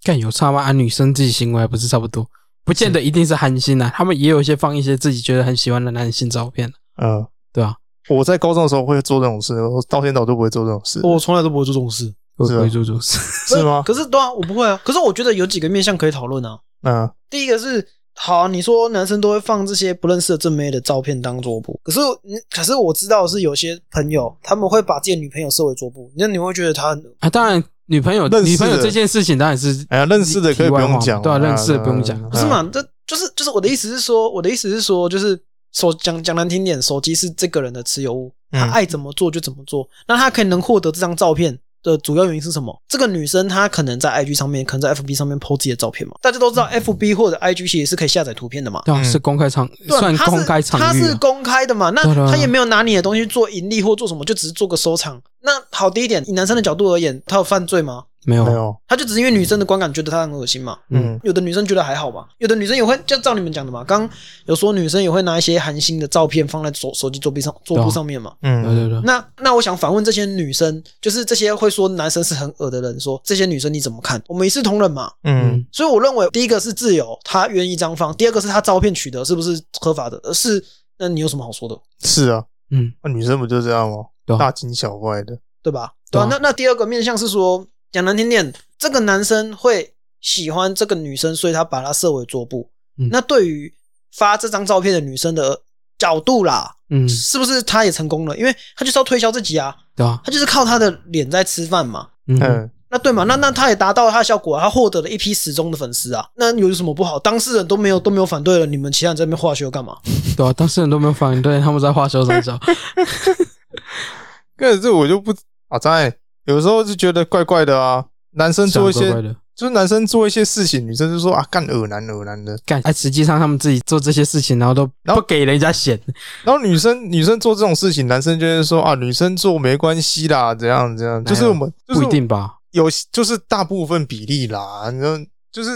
Speaker 3: 干有差吗？啊，女生自己行为还不是差不多，不见得一定是韩星呐、他们也有一些放一些自己觉得很喜欢的男性照片，
Speaker 2: 呃。
Speaker 3: 对啊，
Speaker 2: 我在高中的时候会做这种事，我到现在我都不会做这种事，
Speaker 4: 哦我从来都不会做这种事，
Speaker 3: 我
Speaker 2: 是啊
Speaker 3: 会做这种事。
Speaker 2: 是吗？
Speaker 4: 可是对啊，我不会啊。可是我觉得有几个面向可以讨论啊。
Speaker 2: 嗯，
Speaker 4: 第一个是，好，啊你说男生都会放这些不认识的正妹的照片当桌布，可是，嗯可是我知道的是有些朋友他们会把自己的女朋友设为桌布，那你会觉得他很
Speaker 3: 啊，当然，女朋友
Speaker 2: 认识的
Speaker 3: 女朋友这件事情当然是
Speaker 2: 哎呀，认识的可以不用讲，
Speaker 3: 题外话对啊，认识的不用讲，
Speaker 4: 不是嘛？这就是就是我的意思是说，我的意思是说，就是手讲讲难听点，手机是这个人的持有物，他
Speaker 2: 嗯
Speaker 4: 爱怎么做就怎么做。那他可以能获得这张照片，的主要原因是什么？这个女生她可能在 IG 上面，可能在 FB 上面 PO 自己的照片嘛。大家都知
Speaker 3: 嗯
Speaker 4: 道 FB 或者 IG 其实是可以下载图片的嘛。
Speaker 3: 对啊，
Speaker 2: 嗯
Speaker 3: 是公开场，
Speaker 4: 对啊，
Speaker 3: 算
Speaker 4: 它是
Speaker 3: 公开场
Speaker 4: 它
Speaker 3: 域
Speaker 4: 是
Speaker 3: 啊。
Speaker 4: 公开的嘛，那
Speaker 3: 对啊
Speaker 4: 他也没有拿你的东西做盈利或做什么，就只是做个收藏。那好，第一点，以男生的角度而言，他有犯罪吗？
Speaker 3: 没有
Speaker 2: 没，有，
Speaker 4: 他就只是因为女生的观感觉得他很恶心嘛。
Speaker 2: 嗯
Speaker 4: 有的女生觉得还好吧，有的女生也会，就照你们讲的嘛。刚有说女生也会拿一些韩星的照片放在手手机桌臂上桌布上面嘛。
Speaker 3: 对啊
Speaker 2: 嗯，
Speaker 3: 对对，
Speaker 4: 那那我想反问这些女生，就是这些会说男生是很恶的人说，这些女生你怎么看？我们一视同仁嘛。
Speaker 2: 嗯
Speaker 3: 嗯，
Speaker 4: 所以我认为，第一个是自由，他愿意这样放；第二个是他照片取得是不是合法的，而是那你有什么好说的，
Speaker 2: 是啊，
Speaker 3: 嗯，
Speaker 2: 那女生不就这样吗
Speaker 3: 对？啊
Speaker 2: 大惊小怪的，
Speaker 4: 对吧？对
Speaker 3: 对啊
Speaker 4: 吧、那那第二个面向是说，讲难听点，这个男生会喜欢这个女生，所以他把她设为桌布。
Speaker 3: 嗯
Speaker 4: 那对于发这张照片的女生的角度啦，
Speaker 3: 嗯，
Speaker 4: 是不是他也成功了？因为他就是要推销自己啊，
Speaker 3: 对啊，
Speaker 4: 他就是靠他的脸在吃饭嘛。
Speaker 3: 嗯，
Speaker 2: 嗯，
Speaker 4: 那对嘛？那那他也达到他的效果啊，他获得了一批死忠的粉丝啊。那有什么不好？当事人都没有都没有反对了，你们其他人在那边化学干嘛？
Speaker 3: 对啊，当事人都没有反对，他们在画小三 角，
Speaker 2: 可是这我就不啊，在有时候就觉得怪怪的啊，男生做一
Speaker 3: 是
Speaker 2: 些
Speaker 3: 啊怪怪的
Speaker 2: 就是男生做一些事情，女生就说啊，干恶男恶男的。
Speaker 3: 干，哎，实际上他们自己做这些事情，然后都
Speaker 2: 然
Speaker 3: 不
Speaker 2: 后
Speaker 3: 给人家显，
Speaker 2: 然后女生女生做这种事情，男生就会说啊，女生做没关系啦，怎样怎样。
Speaker 3: 哪
Speaker 2: 就
Speaker 3: 有
Speaker 2: 是我们就是
Speaker 3: 哎不一定吧？
Speaker 2: 有，就是大部分比例啦。你知道，就是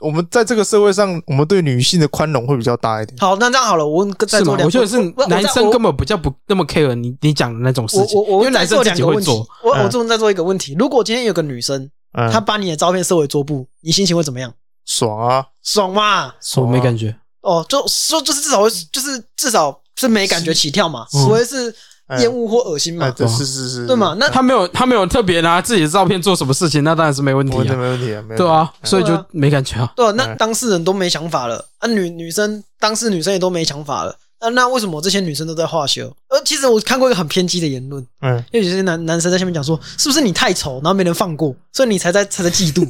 Speaker 2: 我们在这个社会上，我们对女性的宽容会比较大一点。
Speaker 4: 好，那这样好了，我问再
Speaker 3: 是
Speaker 4: 做
Speaker 3: 吗？
Speaker 4: 两个，
Speaker 3: 我觉得是
Speaker 4: 我我
Speaker 3: 男
Speaker 4: 我
Speaker 3: 生根本比较不那么 care 你你讲的那种事
Speaker 4: 我
Speaker 3: 情，
Speaker 4: 我我
Speaker 3: 因为
Speaker 4: 问
Speaker 3: 男生
Speaker 4: 再做
Speaker 3: 自
Speaker 4: 两
Speaker 3: 己
Speaker 4: 个
Speaker 3: 会
Speaker 4: 问题
Speaker 3: 做，，
Speaker 4: 我
Speaker 2: 嗯
Speaker 4: 我这边再做一个问题：如果今天有个女生，
Speaker 2: 嗯，
Speaker 4: 她把你的照片设为桌布，你心情会怎么样？
Speaker 2: 爽啊，
Speaker 4: 爽嘛？
Speaker 3: 我
Speaker 2: 爽啊
Speaker 3: 没感觉，
Speaker 4: 哦，就说就是至少会就是至少是没感觉起跳嘛，
Speaker 3: 嗯
Speaker 4: 除非是
Speaker 2: 哎
Speaker 4: 厌恶或恶心嘛
Speaker 2: 哎，，对，
Speaker 3: 对啊
Speaker 2: 是是是，
Speaker 4: 对嘛？那
Speaker 3: 他没有他没有特别拿自己的照片做什么事情，那当然是没问
Speaker 2: 没
Speaker 3: 题
Speaker 2: 问题，
Speaker 3: 啊，
Speaker 2: 没问题啊，没问题
Speaker 3: 对，啊，所以
Speaker 4: 对
Speaker 3: 就
Speaker 4: 啊
Speaker 3: 没感觉啊，
Speaker 4: 对啊，那
Speaker 2: 哎
Speaker 4: 当事人都没想法了啊，女女生当事女生也都没想法了。那那为什么这些女生都在化修？呃，其实我看过一个很偏激的言论，
Speaker 2: 嗯，
Speaker 4: 因为有些男男生在下面讲说，是不是你太丑，然后没人放过，所以你才在才在嫉妒？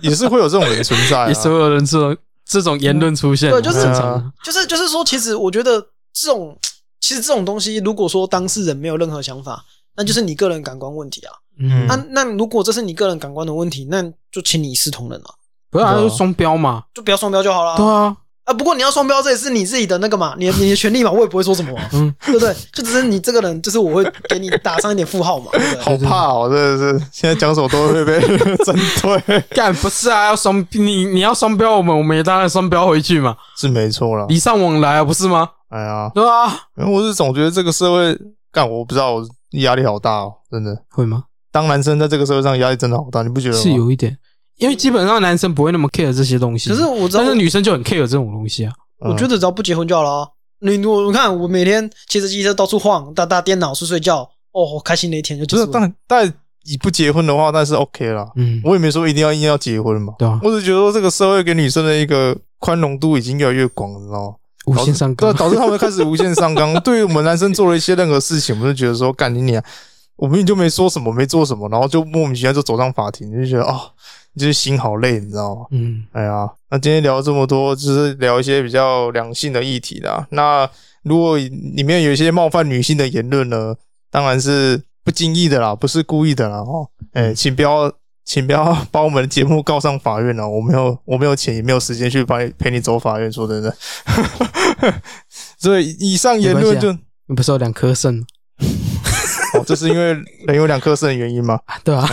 Speaker 2: 也是会有这种人存在啊
Speaker 3: 也。所有人这种这种言论出现，
Speaker 4: 对就是
Speaker 3: 正常的，
Speaker 4: 就是就是说，其实我觉得这种其实这种东西，如果说当事人没有任何想法，那就是你个人感官问题啊。
Speaker 2: 嗯
Speaker 4: 那、那如果这是你个人感官的问题，那就请你一视同仁啊，
Speaker 3: 不是啊，
Speaker 2: 对啊
Speaker 3: 就双标嘛，
Speaker 4: 就不要双标就好啦。
Speaker 3: 对啊，
Speaker 4: 啊，不过你要双标，这也是你自己的那个嘛，你的你的权利嘛，我也不会说什么、啊，
Speaker 3: 嗯，
Speaker 4: 对不对？就只是你这个人，就是我会给你打上一点负号嘛，对不对？
Speaker 2: 好怕哦，真的是，现在讲什么都会 被针对，
Speaker 3: 干不是啊，要双你你要双标我们，我们也当然双标回去嘛，
Speaker 2: 是没错啦。
Speaker 3: 礼尚往来啊，不是吗？
Speaker 2: 哎呀，
Speaker 3: 对啊，
Speaker 2: 因为我是总觉得这个社会，干我不知道，我压力好大哦，真的。
Speaker 3: 会吗？
Speaker 2: 当男生在这个社会上压力真的好大，你不觉得吗？
Speaker 3: 是有一点，因为基本上男生不会那么 care 这些东西，
Speaker 4: 可是我知道
Speaker 3: 但是，女生就很 care 这种东西啊，
Speaker 2: 嗯，
Speaker 4: 我觉得只要不结婚就好了、啊。你我我看我每天骑着机车到处晃，打打电脑睡睡觉，哦，好开心的一天就结
Speaker 2: 不
Speaker 4: 束
Speaker 2: 是，
Speaker 4: 了。
Speaker 2: 但但你不结婚的话，那是 OK 啦。
Speaker 3: 嗯，
Speaker 2: 我也没说一定要硬要结婚嘛，
Speaker 3: 对啊，
Speaker 2: 我只是觉得说这个社会给女生的一个宽容度已经越来越广了，你知道吗？
Speaker 3: 无限上纲
Speaker 2: 对，，啊导致他们开始无限上 纲。对于我们男生做了一些任何事情，我们就觉得说干你娘，我明明就没说什么，没做什么，然后就莫名其妙就走上法庭，就觉得哦，你就是心好累，你知道吗？
Speaker 3: 嗯，
Speaker 2: 哎呀，那今天聊这么多，就是聊一些比较两性的议题啦。那如果里面有一些冒犯女性的言论呢，当然是不经意的啦，不是故意的啦哦。哎，请不要，请不要把我们的节目告上法院了。我没有，我没有钱，也没有时间去帮你陪你走法院。说真的， 所以以上言论就、
Speaker 3: 你不是有两颗肾吗？
Speaker 2: 哦，这是因为人有两颗肾的原因吗？
Speaker 3: 啊对啊，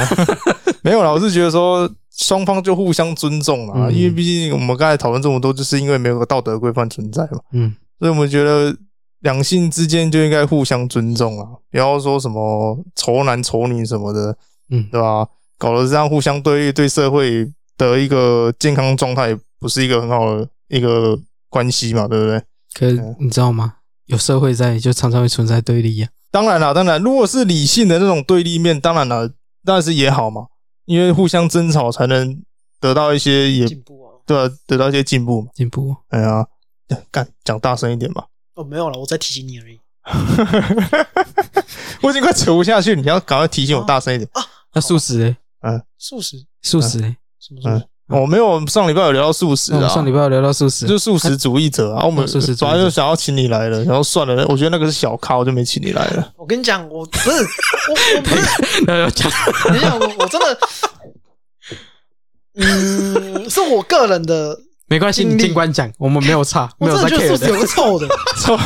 Speaker 2: 没有啦，我是觉得说双方就互相尊重啦，
Speaker 3: 嗯
Speaker 2: 因为毕竟我们刚才讨论这么多，就是因为没有个道德规范存在嘛，
Speaker 3: 嗯，
Speaker 2: 所以我们觉得两性之间就应该互相尊重啊，不要说什么仇男仇女什么的，
Speaker 3: 嗯
Speaker 2: 对吧？搞得这样互相对立，对社会的一个健康状态不是一个很好的一个关系嘛，对不对？
Speaker 3: 可是
Speaker 2: 嗯
Speaker 3: 你知道吗？有社会在，就常常会存在对立啊，
Speaker 2: 当然啦，当然，如果是理性的那种对立面，当然啦，那是也好嘛，因为互相争吵才能得到一些也
Speaker 4: 进步啊！
Speaker 2: 对啊，得到一些进步嘛。
Speaker 3: 进步。
Speaker 2: 哎呀，干讲大声一点 吧，
Speaker 4: 哦，没有了，我在提醒你而已。
Speaker 2: 我已经快扯不下去，你要赶快提醒我大声一点。
Speaker 3: 那素食嘞？
Speaker 4: 素食
Speaker 3: 素食嘞？
Speaker 4: 啊
Speaker 3: 嗯
Speaker 4: 什么素食？
Speaker 2: 哦我没有上礼拜有聊到素食
Speaker 3: 哦那我
Speaker 2: 啊，
Speaker 3: 们上礼拜有聊到素食，
Speaker 2: 就是素食主义者啊，我们
Speaker 3: 素食主义者
Speaker 2: 本来就想要请你来 了，然后算了，我觉得那个是小咖，我就没请你来了。
Speaker 4: 我跟你讲，我不是我我不是，
Speaker 3: 呃讲
Speaker 4: 你想我我真的，嗯，是我个人的，
Speaker 3: 没关系，你
Speaker 4: 尽力
Speaker 3: 尽管讲，我们没有差，
Speaker 4: 我
Speaker 3: 没有
Speaker 4: 真
Speaker 3: 在
Speaker 4: 的觉得素
Speaker 3: care
Speaker 4: 食有
Speaker 3: 的。
Speaker 4: 个臭的，
Speaker 2: 臭，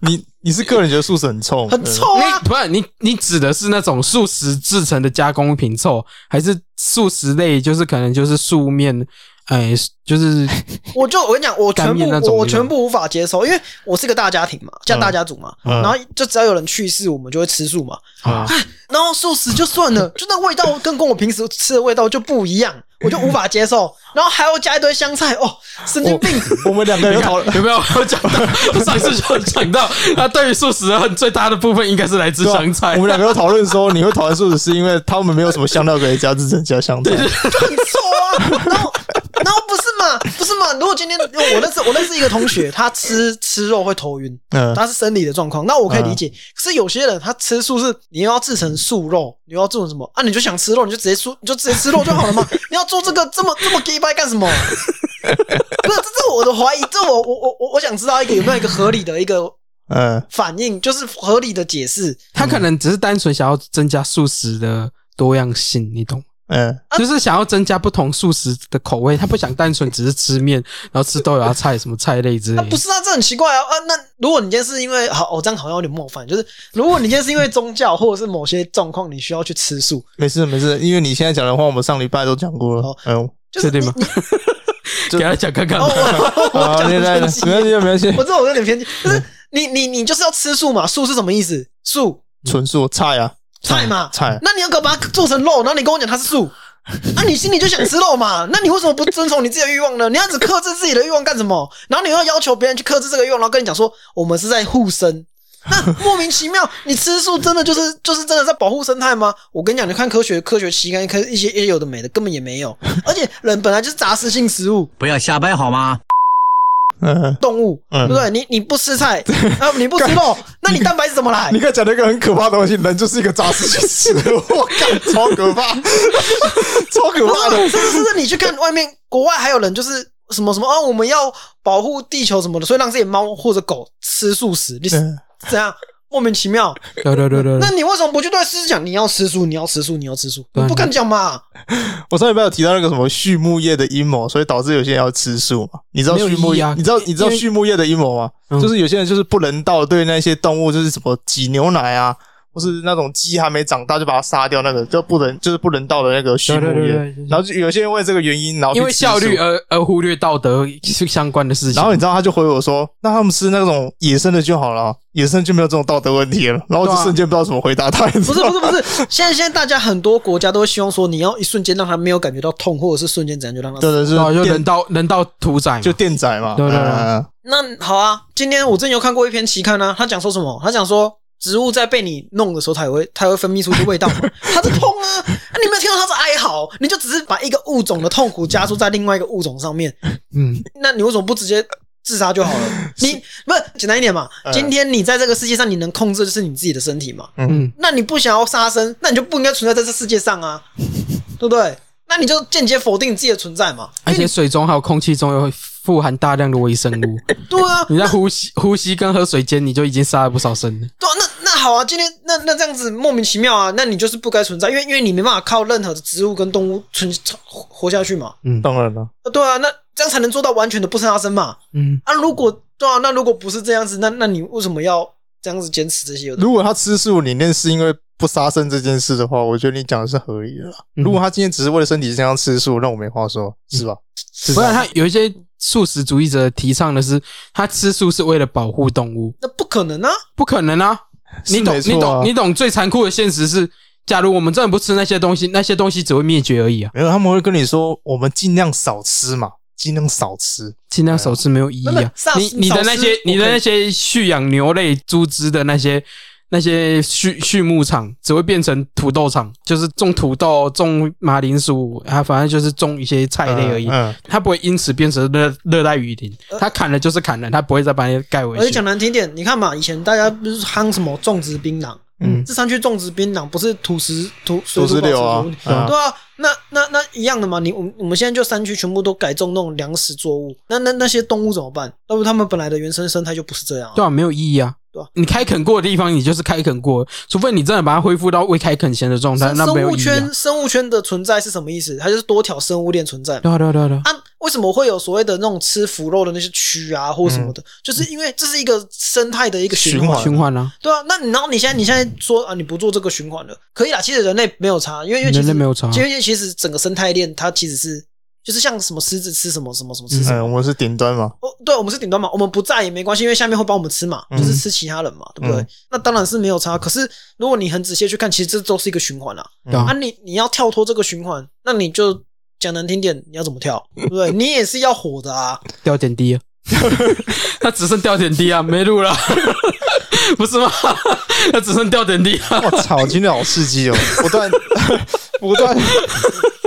Speaker 2: 你你是个人觉得素食很臭吗，
Speaker 4: 很臭啊
Speaker 3: 你。不是你，你指的是那种素食制成的加工品臭，还是素食类？就是可能就是素面，哎、 就是
Speaker 4: 我就我跟你讲，我全
Speaker 3: 嗯干面那
Speaker 4: 部
Speaker 3: 种
Speaker 4: 我我
Speaker 3: 对不对
Speaker 4: 全部无法接受，因为我是个大家庭嘛，叫大家族嘛，
Speaker 2: 嗯
Speaker 4: 然后就只要有人去世，我们就会吃素嘛。
Speaker 2: 啊！
Speaker 4: 然后素食就算了，就那味道跟跟我平时吃的味道就不一样，我就无法接受。然后还要加一堆香菜，哦，神经病！
Speaker 2: 我们两个人讨 论，
Speaker 3: 有没有我讲 到？我上一次就有讲到，他对于素食的恨最大的部分应该是来自
Speaker 2: 对啊
Speaker 3: 香菜。
Speaker 2: 我们两个人讨论说，你会讨厌素食是因为他们没有什么香料可以加，只能加香菜。
Speaker 4: 很臭啊。然后，然后不是嘛，不是嘛。如果今天我认识我认识一个同学，他吃吃肉会头晕，
Speaker 2: 嗯
Speaker 4: 他是生理的状况，那我可以理解。可是有些人他吃素是你又要制成素肉，你又要做成什么啊？你就想吃肉，你就直接素，你就直接吃肉就好了嘛。你要做这个这么这么 gay 掰干什么？不是，这是我的怀疑，这我我我我我想知道一个有没有一个合理的一个
Speaker 2: 嗯，
Speaker 4: 反应，就是合理的解释。
Speaker 3: 他可能只是单纯想要增加素食的多样性，你懂？
Speaker 2: 嗯，
Speaker 4: 呃
Speaker 3: 就是想要增加不同素食的口味，他不想单纯只是吃面，然后吃豆芽菜什么菜类之类
Speaker 4: 那
Speaker 3: 的。
Speaker 4: 不是啊，这很奇怪啊啊！那如果你今天是因为好，哦，这样好像有点冒犯，就是如果你今天是因为宗教或者是某些状况，你需要去吃素，
Speaker 2: 没事没事，因为你现在讲的话，我们上礼拜都讲过了
Speaker 4: 好。
Speaker 2: 哎呦，
Speaker 4: 就是
Speaker 3: 确定
Speaker 4: 你
Speaker 3: 吗
Speaker 4: 你
Speaker 3: 给他讲看看
Speaker 4: 哦，。 我我
Speaker 2: 啊，
Speaker 4: 讲
Speaker 2: 对
Speaker 4: 得
Speaker 2: 对对，没
Speaker 4: 很偏激
Speaker 2: 关系没关系
Speaker 4: 我，知道我有点偏激，就是你你你就是要吃素嘛？素是什么意思？素
Speaker 2: 纯素菜啊，
Speaker 4: 菜嘛？
Speaker 2: 菜啊
Speaker 4: 那你要给我把它做成肉，然后你跟我讲它是素，那、你心里就想吃肉嘛？那你为什么不遵从你自己的欲望呢？你要只克制自己的欲望干什么？然后你又要要求别人去克制这个欲望，然后跟你讲说我们是在护生。那莫名其妙，你吃素真的就是就是真的在保护生态吗？我跟你讲，你看科学科学期刊，看一些一些有的没的，根本也没有。而且人本来就是杂食性食物，
Speaker 1: 不要瞎掰好吗？
Speaker 2: 嗯，
Speaker 4: 动物，
Speaker 2: 嗯
Speaker 4: 对不对？你你不吃菜，啊，你不吃肉，那你蛋白质怎么来
Speaker 2: 你？刚才讲了一个很可怕的东西，人就是一个杂食性食物，我靠，超可 怕，超可怕
Speaker 4: 不
Speaker 2: 的。
Speaker 4: 是，是是是，你去看外面国外还有人就是什么什么啊，我们要保护地球什么的，所以让这些猫或者狗吃素食，你是
Speaker 2: 嗯
Speaker 4: 怎样莫名其妙？
Speaker 3: 对对对对
Speaker 4: 那
Speaker 3: 对，
Speaker 4: 你为什么不去对狮子讲你要吃素，你要吃素，你要吃素？
Speaker 3: 对
Speaker 4: 你不敢讲嘛？
Speaker 2: 我上礼拜有提到那个什么畜牧业的阴谋，所以导致有些人要吃素嘛。你知道
Speaker 3: 没有
Speaker 2: 畜牧
Speaker 3: 意义
Speaker 2: 业，
Speaker 3: 啊
Speaker 2: 你知道
Speaker 3: 因为
Speaker 2: 你知道畜牧业的阴谋吗？
Speaker 3: 嗯
Speaker 2: 就是有些人就是不人道，对那些动物就是什么挤牛奶啊，或是那种鸡还没长大就把它杀掉，那个就不人就是不人道的那个畜
Speaker 3: 对
Speaker 2: 牧
Speaker 3: 对对
Speaker 2: 业
Speaker 3: 对对。
Speaker 2: 然后就有些人为这个原因，然后去
Speaker 3: 因为
Speaker 2: 吃
Speaker 3: 效率
Speaker 2: 素。
Speaker 3: 而而忽略道德相关的事情
Speaker 2: 然。后你知道他就回我说：“那他们吃那种野生的就好了，野生就没有这种道德问题了。”然后我就
Speaker 3: 对啊
Speaker 2: 瞬间不知道怎么回答他。不
Speaker 4: 不是不是不是， 现在现在大家很多国家都会希望说你要一瞬间让他没有感觉到痛，或者是瞬间怎样就让他
Speaker 2: 对对，是
Speaker 3: 对啊，就
Speaker 2: 电
Speaker 3: 人道人道屠宰嘛，
Speaker 2: 就电宰嘛。
Speaker 3: 对对对
Speaker 2: 嗯
Speaker 4: 那好啊，今天我之前有看过一篇期刊呢、啊，他讲说什么？他讲说植物在被你弄的时候，它也会它也会分泌出一些味道嘛，它是痛啊！啊你没有听到它在哀嚎，你就只是把一个物种的痛苦加注在另外一个物种上面，
Speaker 3: 嗯，
Speaker 4: 那你为什么不直接自杀就好了？你不是简单一点嘛？
Speaker 2: 嗯
Speaker 4: 今天你在这个世界上，你能控制的就是你自己的身体嘛？
Speaker 3: 嗯，
Speaker 4: 那你不想要杀生，那你就不应该存在在这世界上啊，对不对？那你就间接否定你自己的存在嘛？
Speaker 3: 而且水中还有空气中又会富含大量的微生 物，
Speaker 4: 对啊，
Speaker 3: 你在呼吸呼吸跟喝水间，你就已经杀了不少生了。
Speaker 4: 对啊，那那好啊，今天那那这样子莫名其妙啊，那你就是不该存在，因为因为你没办法靠任何的植物跟动物存活活下去嘛。
Speaker 3: 嗯
Speaker 2: 当然了，
Speaker 4: 呃对啊，那这样才能做到完全的不杀生嘛。
Speaker 3: 嗯，
Speaker 4: 啊，如果对啊，那如果不是这样子，那那你为什么要这样子坚持这些有的？
Speaker 2: 如果他吃素理念是因为不杀生这件事的话，我觉得你讲的是合理的啦。
Speaker 3: 嗯
Speaker 2: 如果他今天只是为了身体健康吃素，那我没话说，是吧？是
Speaker 3: 嗯不
Speaker 2: 吧
Speaker 3: 然他有一些素食主义者提倡的是，他吃素是为了保护动物，
Speaker 4: 那不可能啊！
Speaker 3: 不可能啊！你
Speaker 2: 是
Speaker 3: 懂
Speaker 2: 没
Speaker 3: 你
Speaker 2: 错啊
Speaker 3: 懂你懂最残酷的现实是，假如我们真的不吃那些东西，那些东西只会灭绝而已啊！
Speaker 2: 没有，他们会跟你说，我们尽量少吃嘛，尽量少吃。
Speaker 3: 尽量少吃没有意义
Speaker 4: 没有
Speaker 3: 啊
Speaker 4: 少！
Speaker 3: 你你的那些
Speaker 4: 少吃
Speaker 3: 你的
Speaker 4: OK
Speaker 3: 那些蓄养牛类、猪只的那些那些畜畜牧场，只会变成土豆场，就是种土豆、种马铃薯啊，反正就是种一些菜类而已。
Speaker 2: 嗯，
Speaker 3: 它不会因此变成热热带雨林，它砍了就是砍了，它不会再把你盖回
Speaker 4: 呃而且
Speaker 3: 去
Speaker 4: 讲。难听点，你看嘛，以前大家不是夯什么种植槟榔，
Speaker 3: 嗯
Speaker 4: 这山区种植槟榔不是土石土
Speaker 2: 都是六啊
Speaker 4: 水土保持的问题，
Speaker 2: 对啊
Speaker 4: 对啊，那那那一样的嘛。你我们我们现在就山区全部都改种那种粮食作物，那那那些动物怎么办？要不他们本来的原生生态就不是这样、啊。
Speaker 3: 对啊，没有意义啊。
Speaker 4: 对啊
Speaker 3: 你开垦过的地方，你就是开垦过，除非你真的把它恢复到未开垦前的状态，
Speaker 4: 生
Speaker 3: 那没
Speaker 4: 生
Speaker 3: 有
Speaker 4: 物
Speaker 3: 意义、啊
Speaker 4: 圈。生物圈的存在是什么意思？它就是多条生物链存在嘛。
Speaker 3: 对啊，对啊，对啊，对啊。
Speaker 4: 啊，为什么会有所谓的那种吃腐肉的那些蛆啊，或者什么的？就是因为这是一个生态的一个循
Speaker 2: 循
Speaker 4: 环
Speaker 2: 环。
Speaker 3: 循环啊，
Speaker 4: 对啊，那你然后你现在你现在说啊，你不做这个循环了，可以啦。啊其实人类没有差，因为因为其
Speaker 3: 人类
Speaker 4: 实
Speaker 3: 没有差啊。
Speaker 4: 因为其实整个生态链它其实是就是像什么狮子吃什么什么什么吃什么。
Speaker 2: 嗯，我们是顶端嘛，
Speaker 4: 哦，对，我们是顶端嘛，我们不在也没关系，因为下面会帮我们吃嘛，
Speaker 2: 嗯
Speaker 4: 就是吃其他人嘛，对不对？
Speaker 2: 嗯
Speaker 4: 那当然是没有差。可是如果你很仔细地去看，其实这都是一个循环啦、
Speaker 3: 对啊
Speaker 2: 嗯
Speaker 4: 啊，你你要跳脱这个循环，那你就讲难听点，你要怎么跳，对不对？你也是要火的啊，
Speaker 3: 掉点滴 啊，他只剩掉点滴啊，没路了， 不是吗？ 他只剩掉点滴啊，
Speaker 2: 我操，今天好刺激哦，不 断不断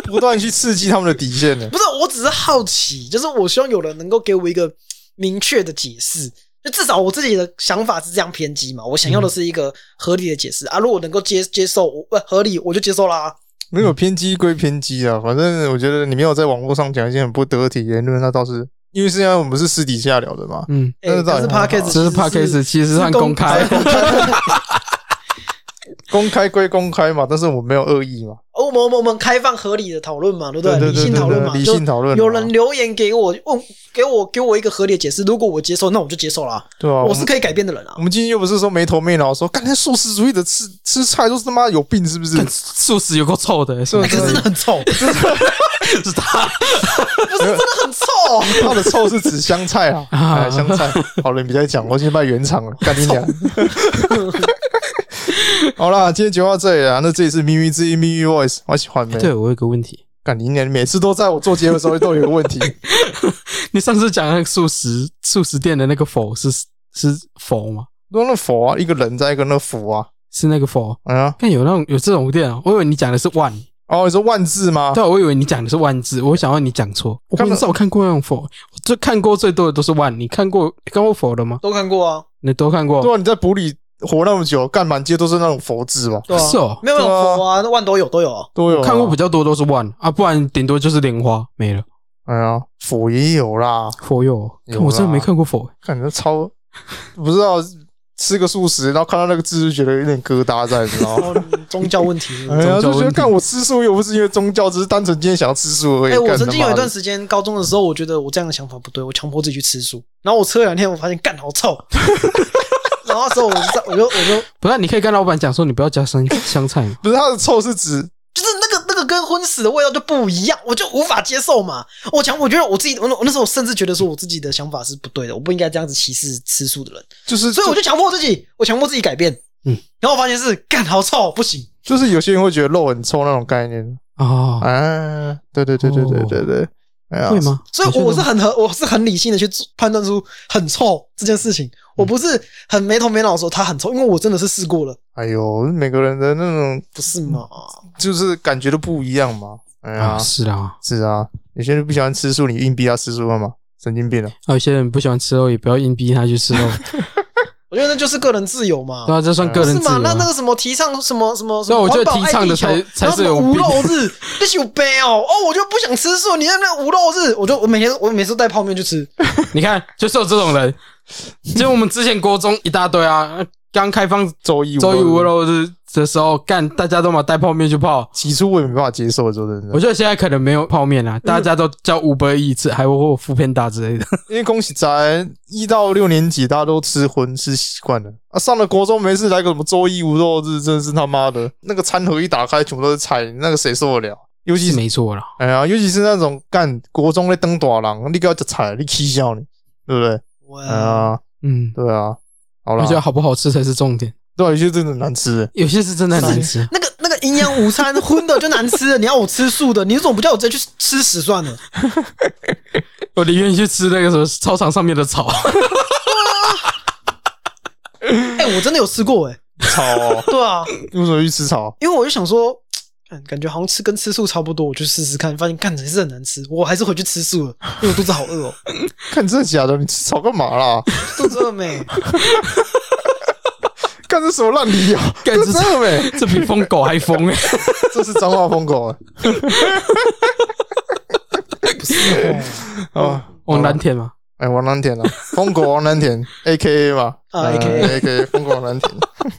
Speaker 2: 不断去刺激他们的底线呢。
Speaker 4: 不是？我只是好奇，就是我希望有人能够给我一个明确的解释。就至少我自己的想法是这样偏激嘛，我想要的是一个合理的解释、啊。如果能够接接受，我不合理我就接受啦。
Speaker 2: 没有偏激归偏激啊，反正我觉得你没有在网络上讲一些很不得体言论，那倒是因为现在我们是私底下聊的嘛。
Speaker 3: 嗯，
Speaker 4: 哎、
Speaker 2: 那倒
Speaker 4: 但
Speaker 2: 也
Speaker 4: 是
Speaker 2: 还好
Speaker 4: podcast
Speaker 3: 这是 p a c k a g
Speaker 4: 其实
Speaker 3: e 其实算
Speaker 4: 是
Speaker 3: 公开，
Speaker 2: 公开归公开嘛，但是我没有恶意嘛。
Speaker 4: 哦我们我们我们开放合理的讨论嘛，对不
Speaker 2: 对对
Speaker 4: 理性
Speaker 2: 对
Speaker 4: 讨论嘛，
Speaker 2: 理
Speaker 4: 就
Speaker 2: 性讨论嘛
Speaker 4: 有人留言给我，问给我给我一个合理的解释，如果我接受，那我就接受啦。
Speaker 2: 对啊，
Speaker 4: 我
Speaker 2: 我
Speaker 4: 是
Speaker 2: 们
Speaker 4: 可以改变的人啊
Speaker 2: 我。们今天又不是说没头没脑，说干那素食主义的吃吃菜都是他妈有病是不是？
Speaker 3: 素食有够臭的，欸是
Speaker 2: 不
Speaker 4: 那
Speaker 2: 是
Speaker 4: 个真的很臭，不是
Speaker 3: 是他
Speaker 4: 真的很臭，
Speaker 2: 他的臭是指香菜 啊，
Speaker 3: 啊
Speaker 2: 哎，香菜。好了，你别再讲，我先卖原厂了，干你 娘！好啦，今天就到这里啦。那这里是咪咪之音咪咪 Voice，我喜欢没？
Speaker 3: 对我有个问题，
Speaker 2: 干你娘！你每次都在我做节目的时候都有一个 问题，
Speaker 3: 你上次讲那个素食素食店的那个否是是否吗？
Speaker 2: 说那佛啊，一个人在一个那佛啊，
Speaker 3: 是那个否？
Speaker 2: 哎呀，
Speaker 3: 看有那种有这种店啊，我以为你讲的是万，
Speaker 2: 哦，你说万字吗？
Speaker 3: 对，我以为你讲的是万字，我想要你讲错。我
Speaker 2: 根本
Speaker 3: 很少看过那种否，我最看过最多的都是万。你看过看过否的吗？
Speaker 4: 都看过啊，
Speaker 3: 你都看过？
Speaker 2: 对啊，你在埔里活那么久，干满街都是那种佛字嘛，
Speaker 4: 对啊，
Speaker 3: 是哦
Speaker 4: 没有没有
Speaker 2: 对啊
Speaker 4: 佛啊，那万都有都有啊，
Speaker 2: 都有啊
Speaker 3: 看过比。较多都是万啊，不然顶多就是莲花没了。
Speaker 2: 哎呀，佛也有啦，
Speaker 3: 佛有，
Speaker 2: 有啦
Speaker 3: 我真的没看过佛，
Speaker 2: 感觉超不知道吃个素食，然后看到那个字就觉得有点疙瘩在，你知道吗？
Speaker 4: 哦宗教问题是不
Speaker 2: 哎
Speaker 4: 是。
Speaker 2: 呀，
Speaker 3: 宗教
Speaker 2: 就觉
Speaker 3: 问
Speaker 2: 得
Speaker 3: 题
Speaker 2: 看我吃素又不是因为宗教，只是单纯今天想要吃素而已。
Speaker 4: 哎，我
Speaker 2: 干
Speaker 4: 曾
Speaker 2: 他
Speaker 4: 经
Speaker 2: 妈
Speaker 4: 有一
Speaker 2: 的
Speaker 4: 段时间，高中的时候，我觉得我这样的想法不对，我强迫自己去吃素，然后我吃了两天，我发现干好臭， 然后那时候我就在我就我就
Speaker 3: 不然你可以跟老板讲说你不要加 香香菜嘛。
Speaker 2: 不是他的臭是指
Speaker 4: 就是那个那个跟荤食的味道就不一样，我就无法接受嘛。我讲，我觉得我自己，我那我那时候甚至觉得说我自己的想法是不对的，我不应该这样子歧视吃素的人，
Speaker 2: 就是，
Speaker 4: 所以我就强迫自己，我强迫自己改变。
Speaker 3: 嗯，
Speaker 4: 然后我发现是干好臭，不行。
Speaker 2: 就就是有些人会觉得肉很臭那种概念。
Speaker 3: 哦，
Speaker 2: 啊，对对对对对对对，哎呀
Speaker 3: 会？吗？
Speaker 4: 所以
Speaker 3: 觉得
Speaker 4: 我是很很我是很理性的去判断出很臭这件事情，我不是很没头没脑地说它很臭，因为我真的是试过了，
Speaker 2: 哎呦，每个人的那种
Speaker 4: 不是嘛？
Speaker 2: 就是感觉都不一样嘛。哎呀
Speaker 3: 啊，，是啦，
Speaker 2: 是啊，有些人不喜欢吃素，你硬逼他吃素干嘛？神经病啊！
Speaker 3: 还有些人不喜欢吃肉，也不要硬逼他去吃 肉，
Speaker 4: 我觉得那就是个人自由嘛。
Speaker 3: 对啊，这算个
Speaker 4: 不是
Speaker 3: 人自
Speaker 4: 嘛？
Speaker 3: 由
Speaker 4: 那那
Speaker 3: 啊。
Speaker 4: 个什么提倡什么什么什
Speaker 3: 对啊
Speaker 4: 么
Speaker 3: 我觉得
Speaker 4: 环保
Speaker 3: 提倡的
Speaker 4: 爱地球
Speaker 3: 才才
Speaker 4: 然后
Speaker 3: 是
Speaker 4: 什么
Speaker 3: 有
Speaker 4: 无
Speaker 3: 病
Speaker 4: 肉日，那是有悲哦哦，我就不想吃素，你那那无肉日，我就我每天我每次带泡面去吃，
Speaker 3: 你看，就是有这种人，就我们之前国中一大堆啊，刚开放
Speaker 2: 周一
Speaker 3: 周一无
Speaker 2: 肉，
Speaker 3: 肉日的时候，干大家都嘛带泡面去泡。
Speaker 2: 起初我也没办法接受，说真的
Speaker 3: 我，觉得现在可能没有泡面啦，啊大家都叫五百一次，还或副片大之类的。
Speaker 2: 因为恭喜咱一到六年级大家都吃荤吃习惯了啊，上了国中没事来个什么周一无肉日，真的是他妈的那个餐盒一打开全部都是菜，那个谁受得了？尤其
Speaker 3: 是
Speaker 2: 是
Speaker 3: 没错啦，
Speaker 2: 哎呀，尤其是那种干国中在登大郎，你给我吃菜，你气笑你，对不对？
Speaker 4: 哇，
Speaker 2: 哎呀，
Speaker 3: 嗯，
Speaker 2: 对啊，好
Speaker 3: 我
Speaker 2: 啦
Speaker 3: 觉，得好不好吃才是重点，
Speaker 2: 对啊，有些真的很难吃欸。
Speaker 3: 有些是真的很难吃。
Speaker 4: 那个那个营养午餐荤的就难吃了，你要我吃素的，你怎么不叫我直接去吃屎算了？
Speaker 3: 我宁愿去吃那个什么操场上面的草。
Speaker 4: 哎，我真的有吃过哎，
Speaker 2: 草 哦，
Speaker 4: 对啊，
Speaker 2: 为什么去吃草？
Speaker 4: 因为我就想说。嗯感觉好像吃跟吃素差不多，我去试试看，发现干还是很难吃，我还是回去吃素了，因为我肚子好 饿哦，哦
Speaker 2: 看真的假的？你吃草干嘛啦？
Speaker 4: 肚子饿没？
Speaker 2: 干这什么烂理由？
Speaker 3: 干
Speaker 2: 这
Speaker 3: 这
Speaker 2: 真的没，
Speaker 3: 这比疯狗还 疯哎、
Speaker 2: 这是脏话疯狗 啊！哦，
Speaker 3: 王蓝田嘛，
Speaker 2: 哎，王蓝田啊，疯狗王蓝田，A K A 嘛，呃
Speaker 4: 啊，AKA
Speaker 2: A K A 疯狗王蓝田。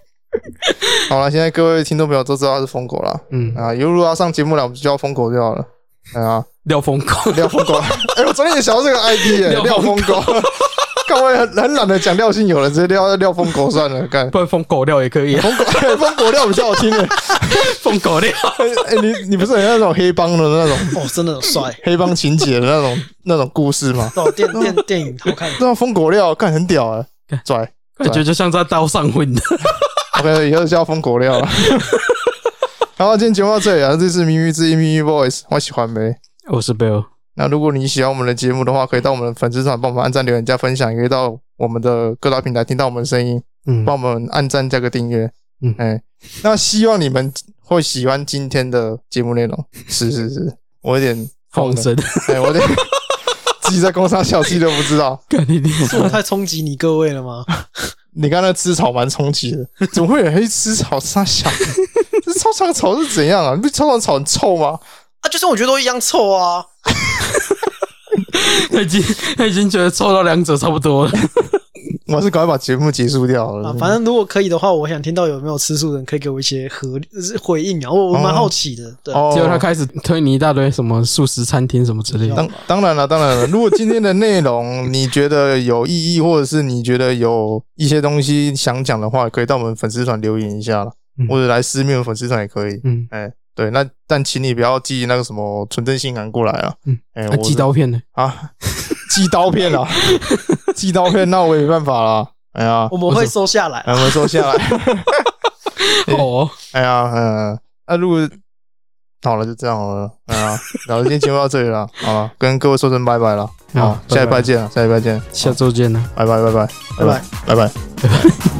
Speaker 2: 好了，现在各位听众朋友都知道他是疯狗了
Speaker 3: 嗯，
Speaker 2: 啊，以后如果要上节目了，我们就叫疯狗就好了。哎呀，
Speaker 3: 廖疯狗，
Speaker 2: 廖疯狗， 哎，我昨天也想到这个 ID 哎，廖
Speaker 3: 廖
Speaker 2: 疯
Speaker 3: 疯
Speaker 2: 狗。 各位很很懒得讲廖姓友人，直接廖廖疯狗算了，干
Speaker 3: 不然疯狗廖也可以、啊，
Speaker 2: 疯狗疯狗廖比较好听的。
Speaker 3: 疯狗廖，
Speaker 2: 哎，你你不是很像那种黑帮的那种，
Speaker 4: 哦，真的很帅
Speaker 2: 黑帮情节的那种那种故事吗？
Speaker 4: 哦，电 电电影好看，
Speaker 2: 那种疯狗料干很屌啊，拽。
Speaker 3: 感觉就像在刀上混的。
Speaker 2: OK，以后就叫疯狗料了。好，今天节目到这里啊，这是咪咪之音咪咪 Voice，我喜欢没？
Speaker 3: 我是贝尔，
Speaker 2: 那如果你喜欢我们的节目的话，可以到我们的粉丝团帮我们按赞、留言、加分享，也可以到我们的各大平台听到我们的声音，
Speaker 3: 嗯
Speaker 2: 帮我们按赞加个订阅。
Speaker 3: 嗯
Speaker 2: 哎、那希望你们会喜欢今天的节目内 容。是是是，我有点疯
Speaker 3: 放
Speaker 2: 了，
Speaker 3: 生，
Speaker 2: 哎、我有点自己在工商小自己都不知道。
Speaker 3: 干你娘！
Speaker 4: 是我太冲击你各位了吗？
Speaker 2: 你刚才吃草蛮冲击的，怎么会有人去吃草？傻 小，这操场草是怎样啊？你不操场草很臭吗？
Speaker 4: 啊，就是我觉得都一样臭啊，
Speaker 3: 他已经他已经觉得凑到两者差不多了。
Speaker 2: 我还是赶快把节目结束掉了。
Speaker 4: 啊，反正如果可以的话，我想听到有没有吃素的人可以给我一些合就是回应啊，我我蛮好奇的，对，
Speaker 2: 哦
Speaker 3: 结果他开始推你一大堆什么素食餐厅什么之类的。
Speaker 2: 当当然了，当然了。如 果今天的内容你觉得有意义，或者是你觉得有一些东西想讲的话，可以到我们粉丝团留言一下了，
Speaker 3: 嗯
Speaker 2: 或者来私密我们粉丝团也可以。
Speaker 3: 嗯，
Speaker 2: 哎、对，那但请你不要寄那个什么纯正信函过来啊。
Speaker 3: 嗯，
Speaker 2: 哎、
Speaker 3: 啊
Speaker 2: 我
Speaker 3: 寄刀片呢？
Speaker 2: 啊， 寄刀片啊， 寄刀片，那我也没办法啦。哎呀
Speaker 4: 我，们会收下来
Speaker 2: 哎。我们收下来。
Speaker 3: 哦，
Speaker 2: 哎呀，嗯，那如果好了，就这样好了。哎呀，然后今天节目到这里了，好了，跟各位说声拜拜了。好
Speaker 3: 好，
Speaker 2: 下礼
Speaker 3: 拜
Speaker 2: 拜
Speaker 3: 拜
Speaker 2: 见了，下礼拜见，
Speaker 3: 下周见呢。
Speaker 2: 拜拜拜拜
Speaker 4: 拜
Speaker 2: 拜
Speaker 4: 拜
Speaker 2: 拜。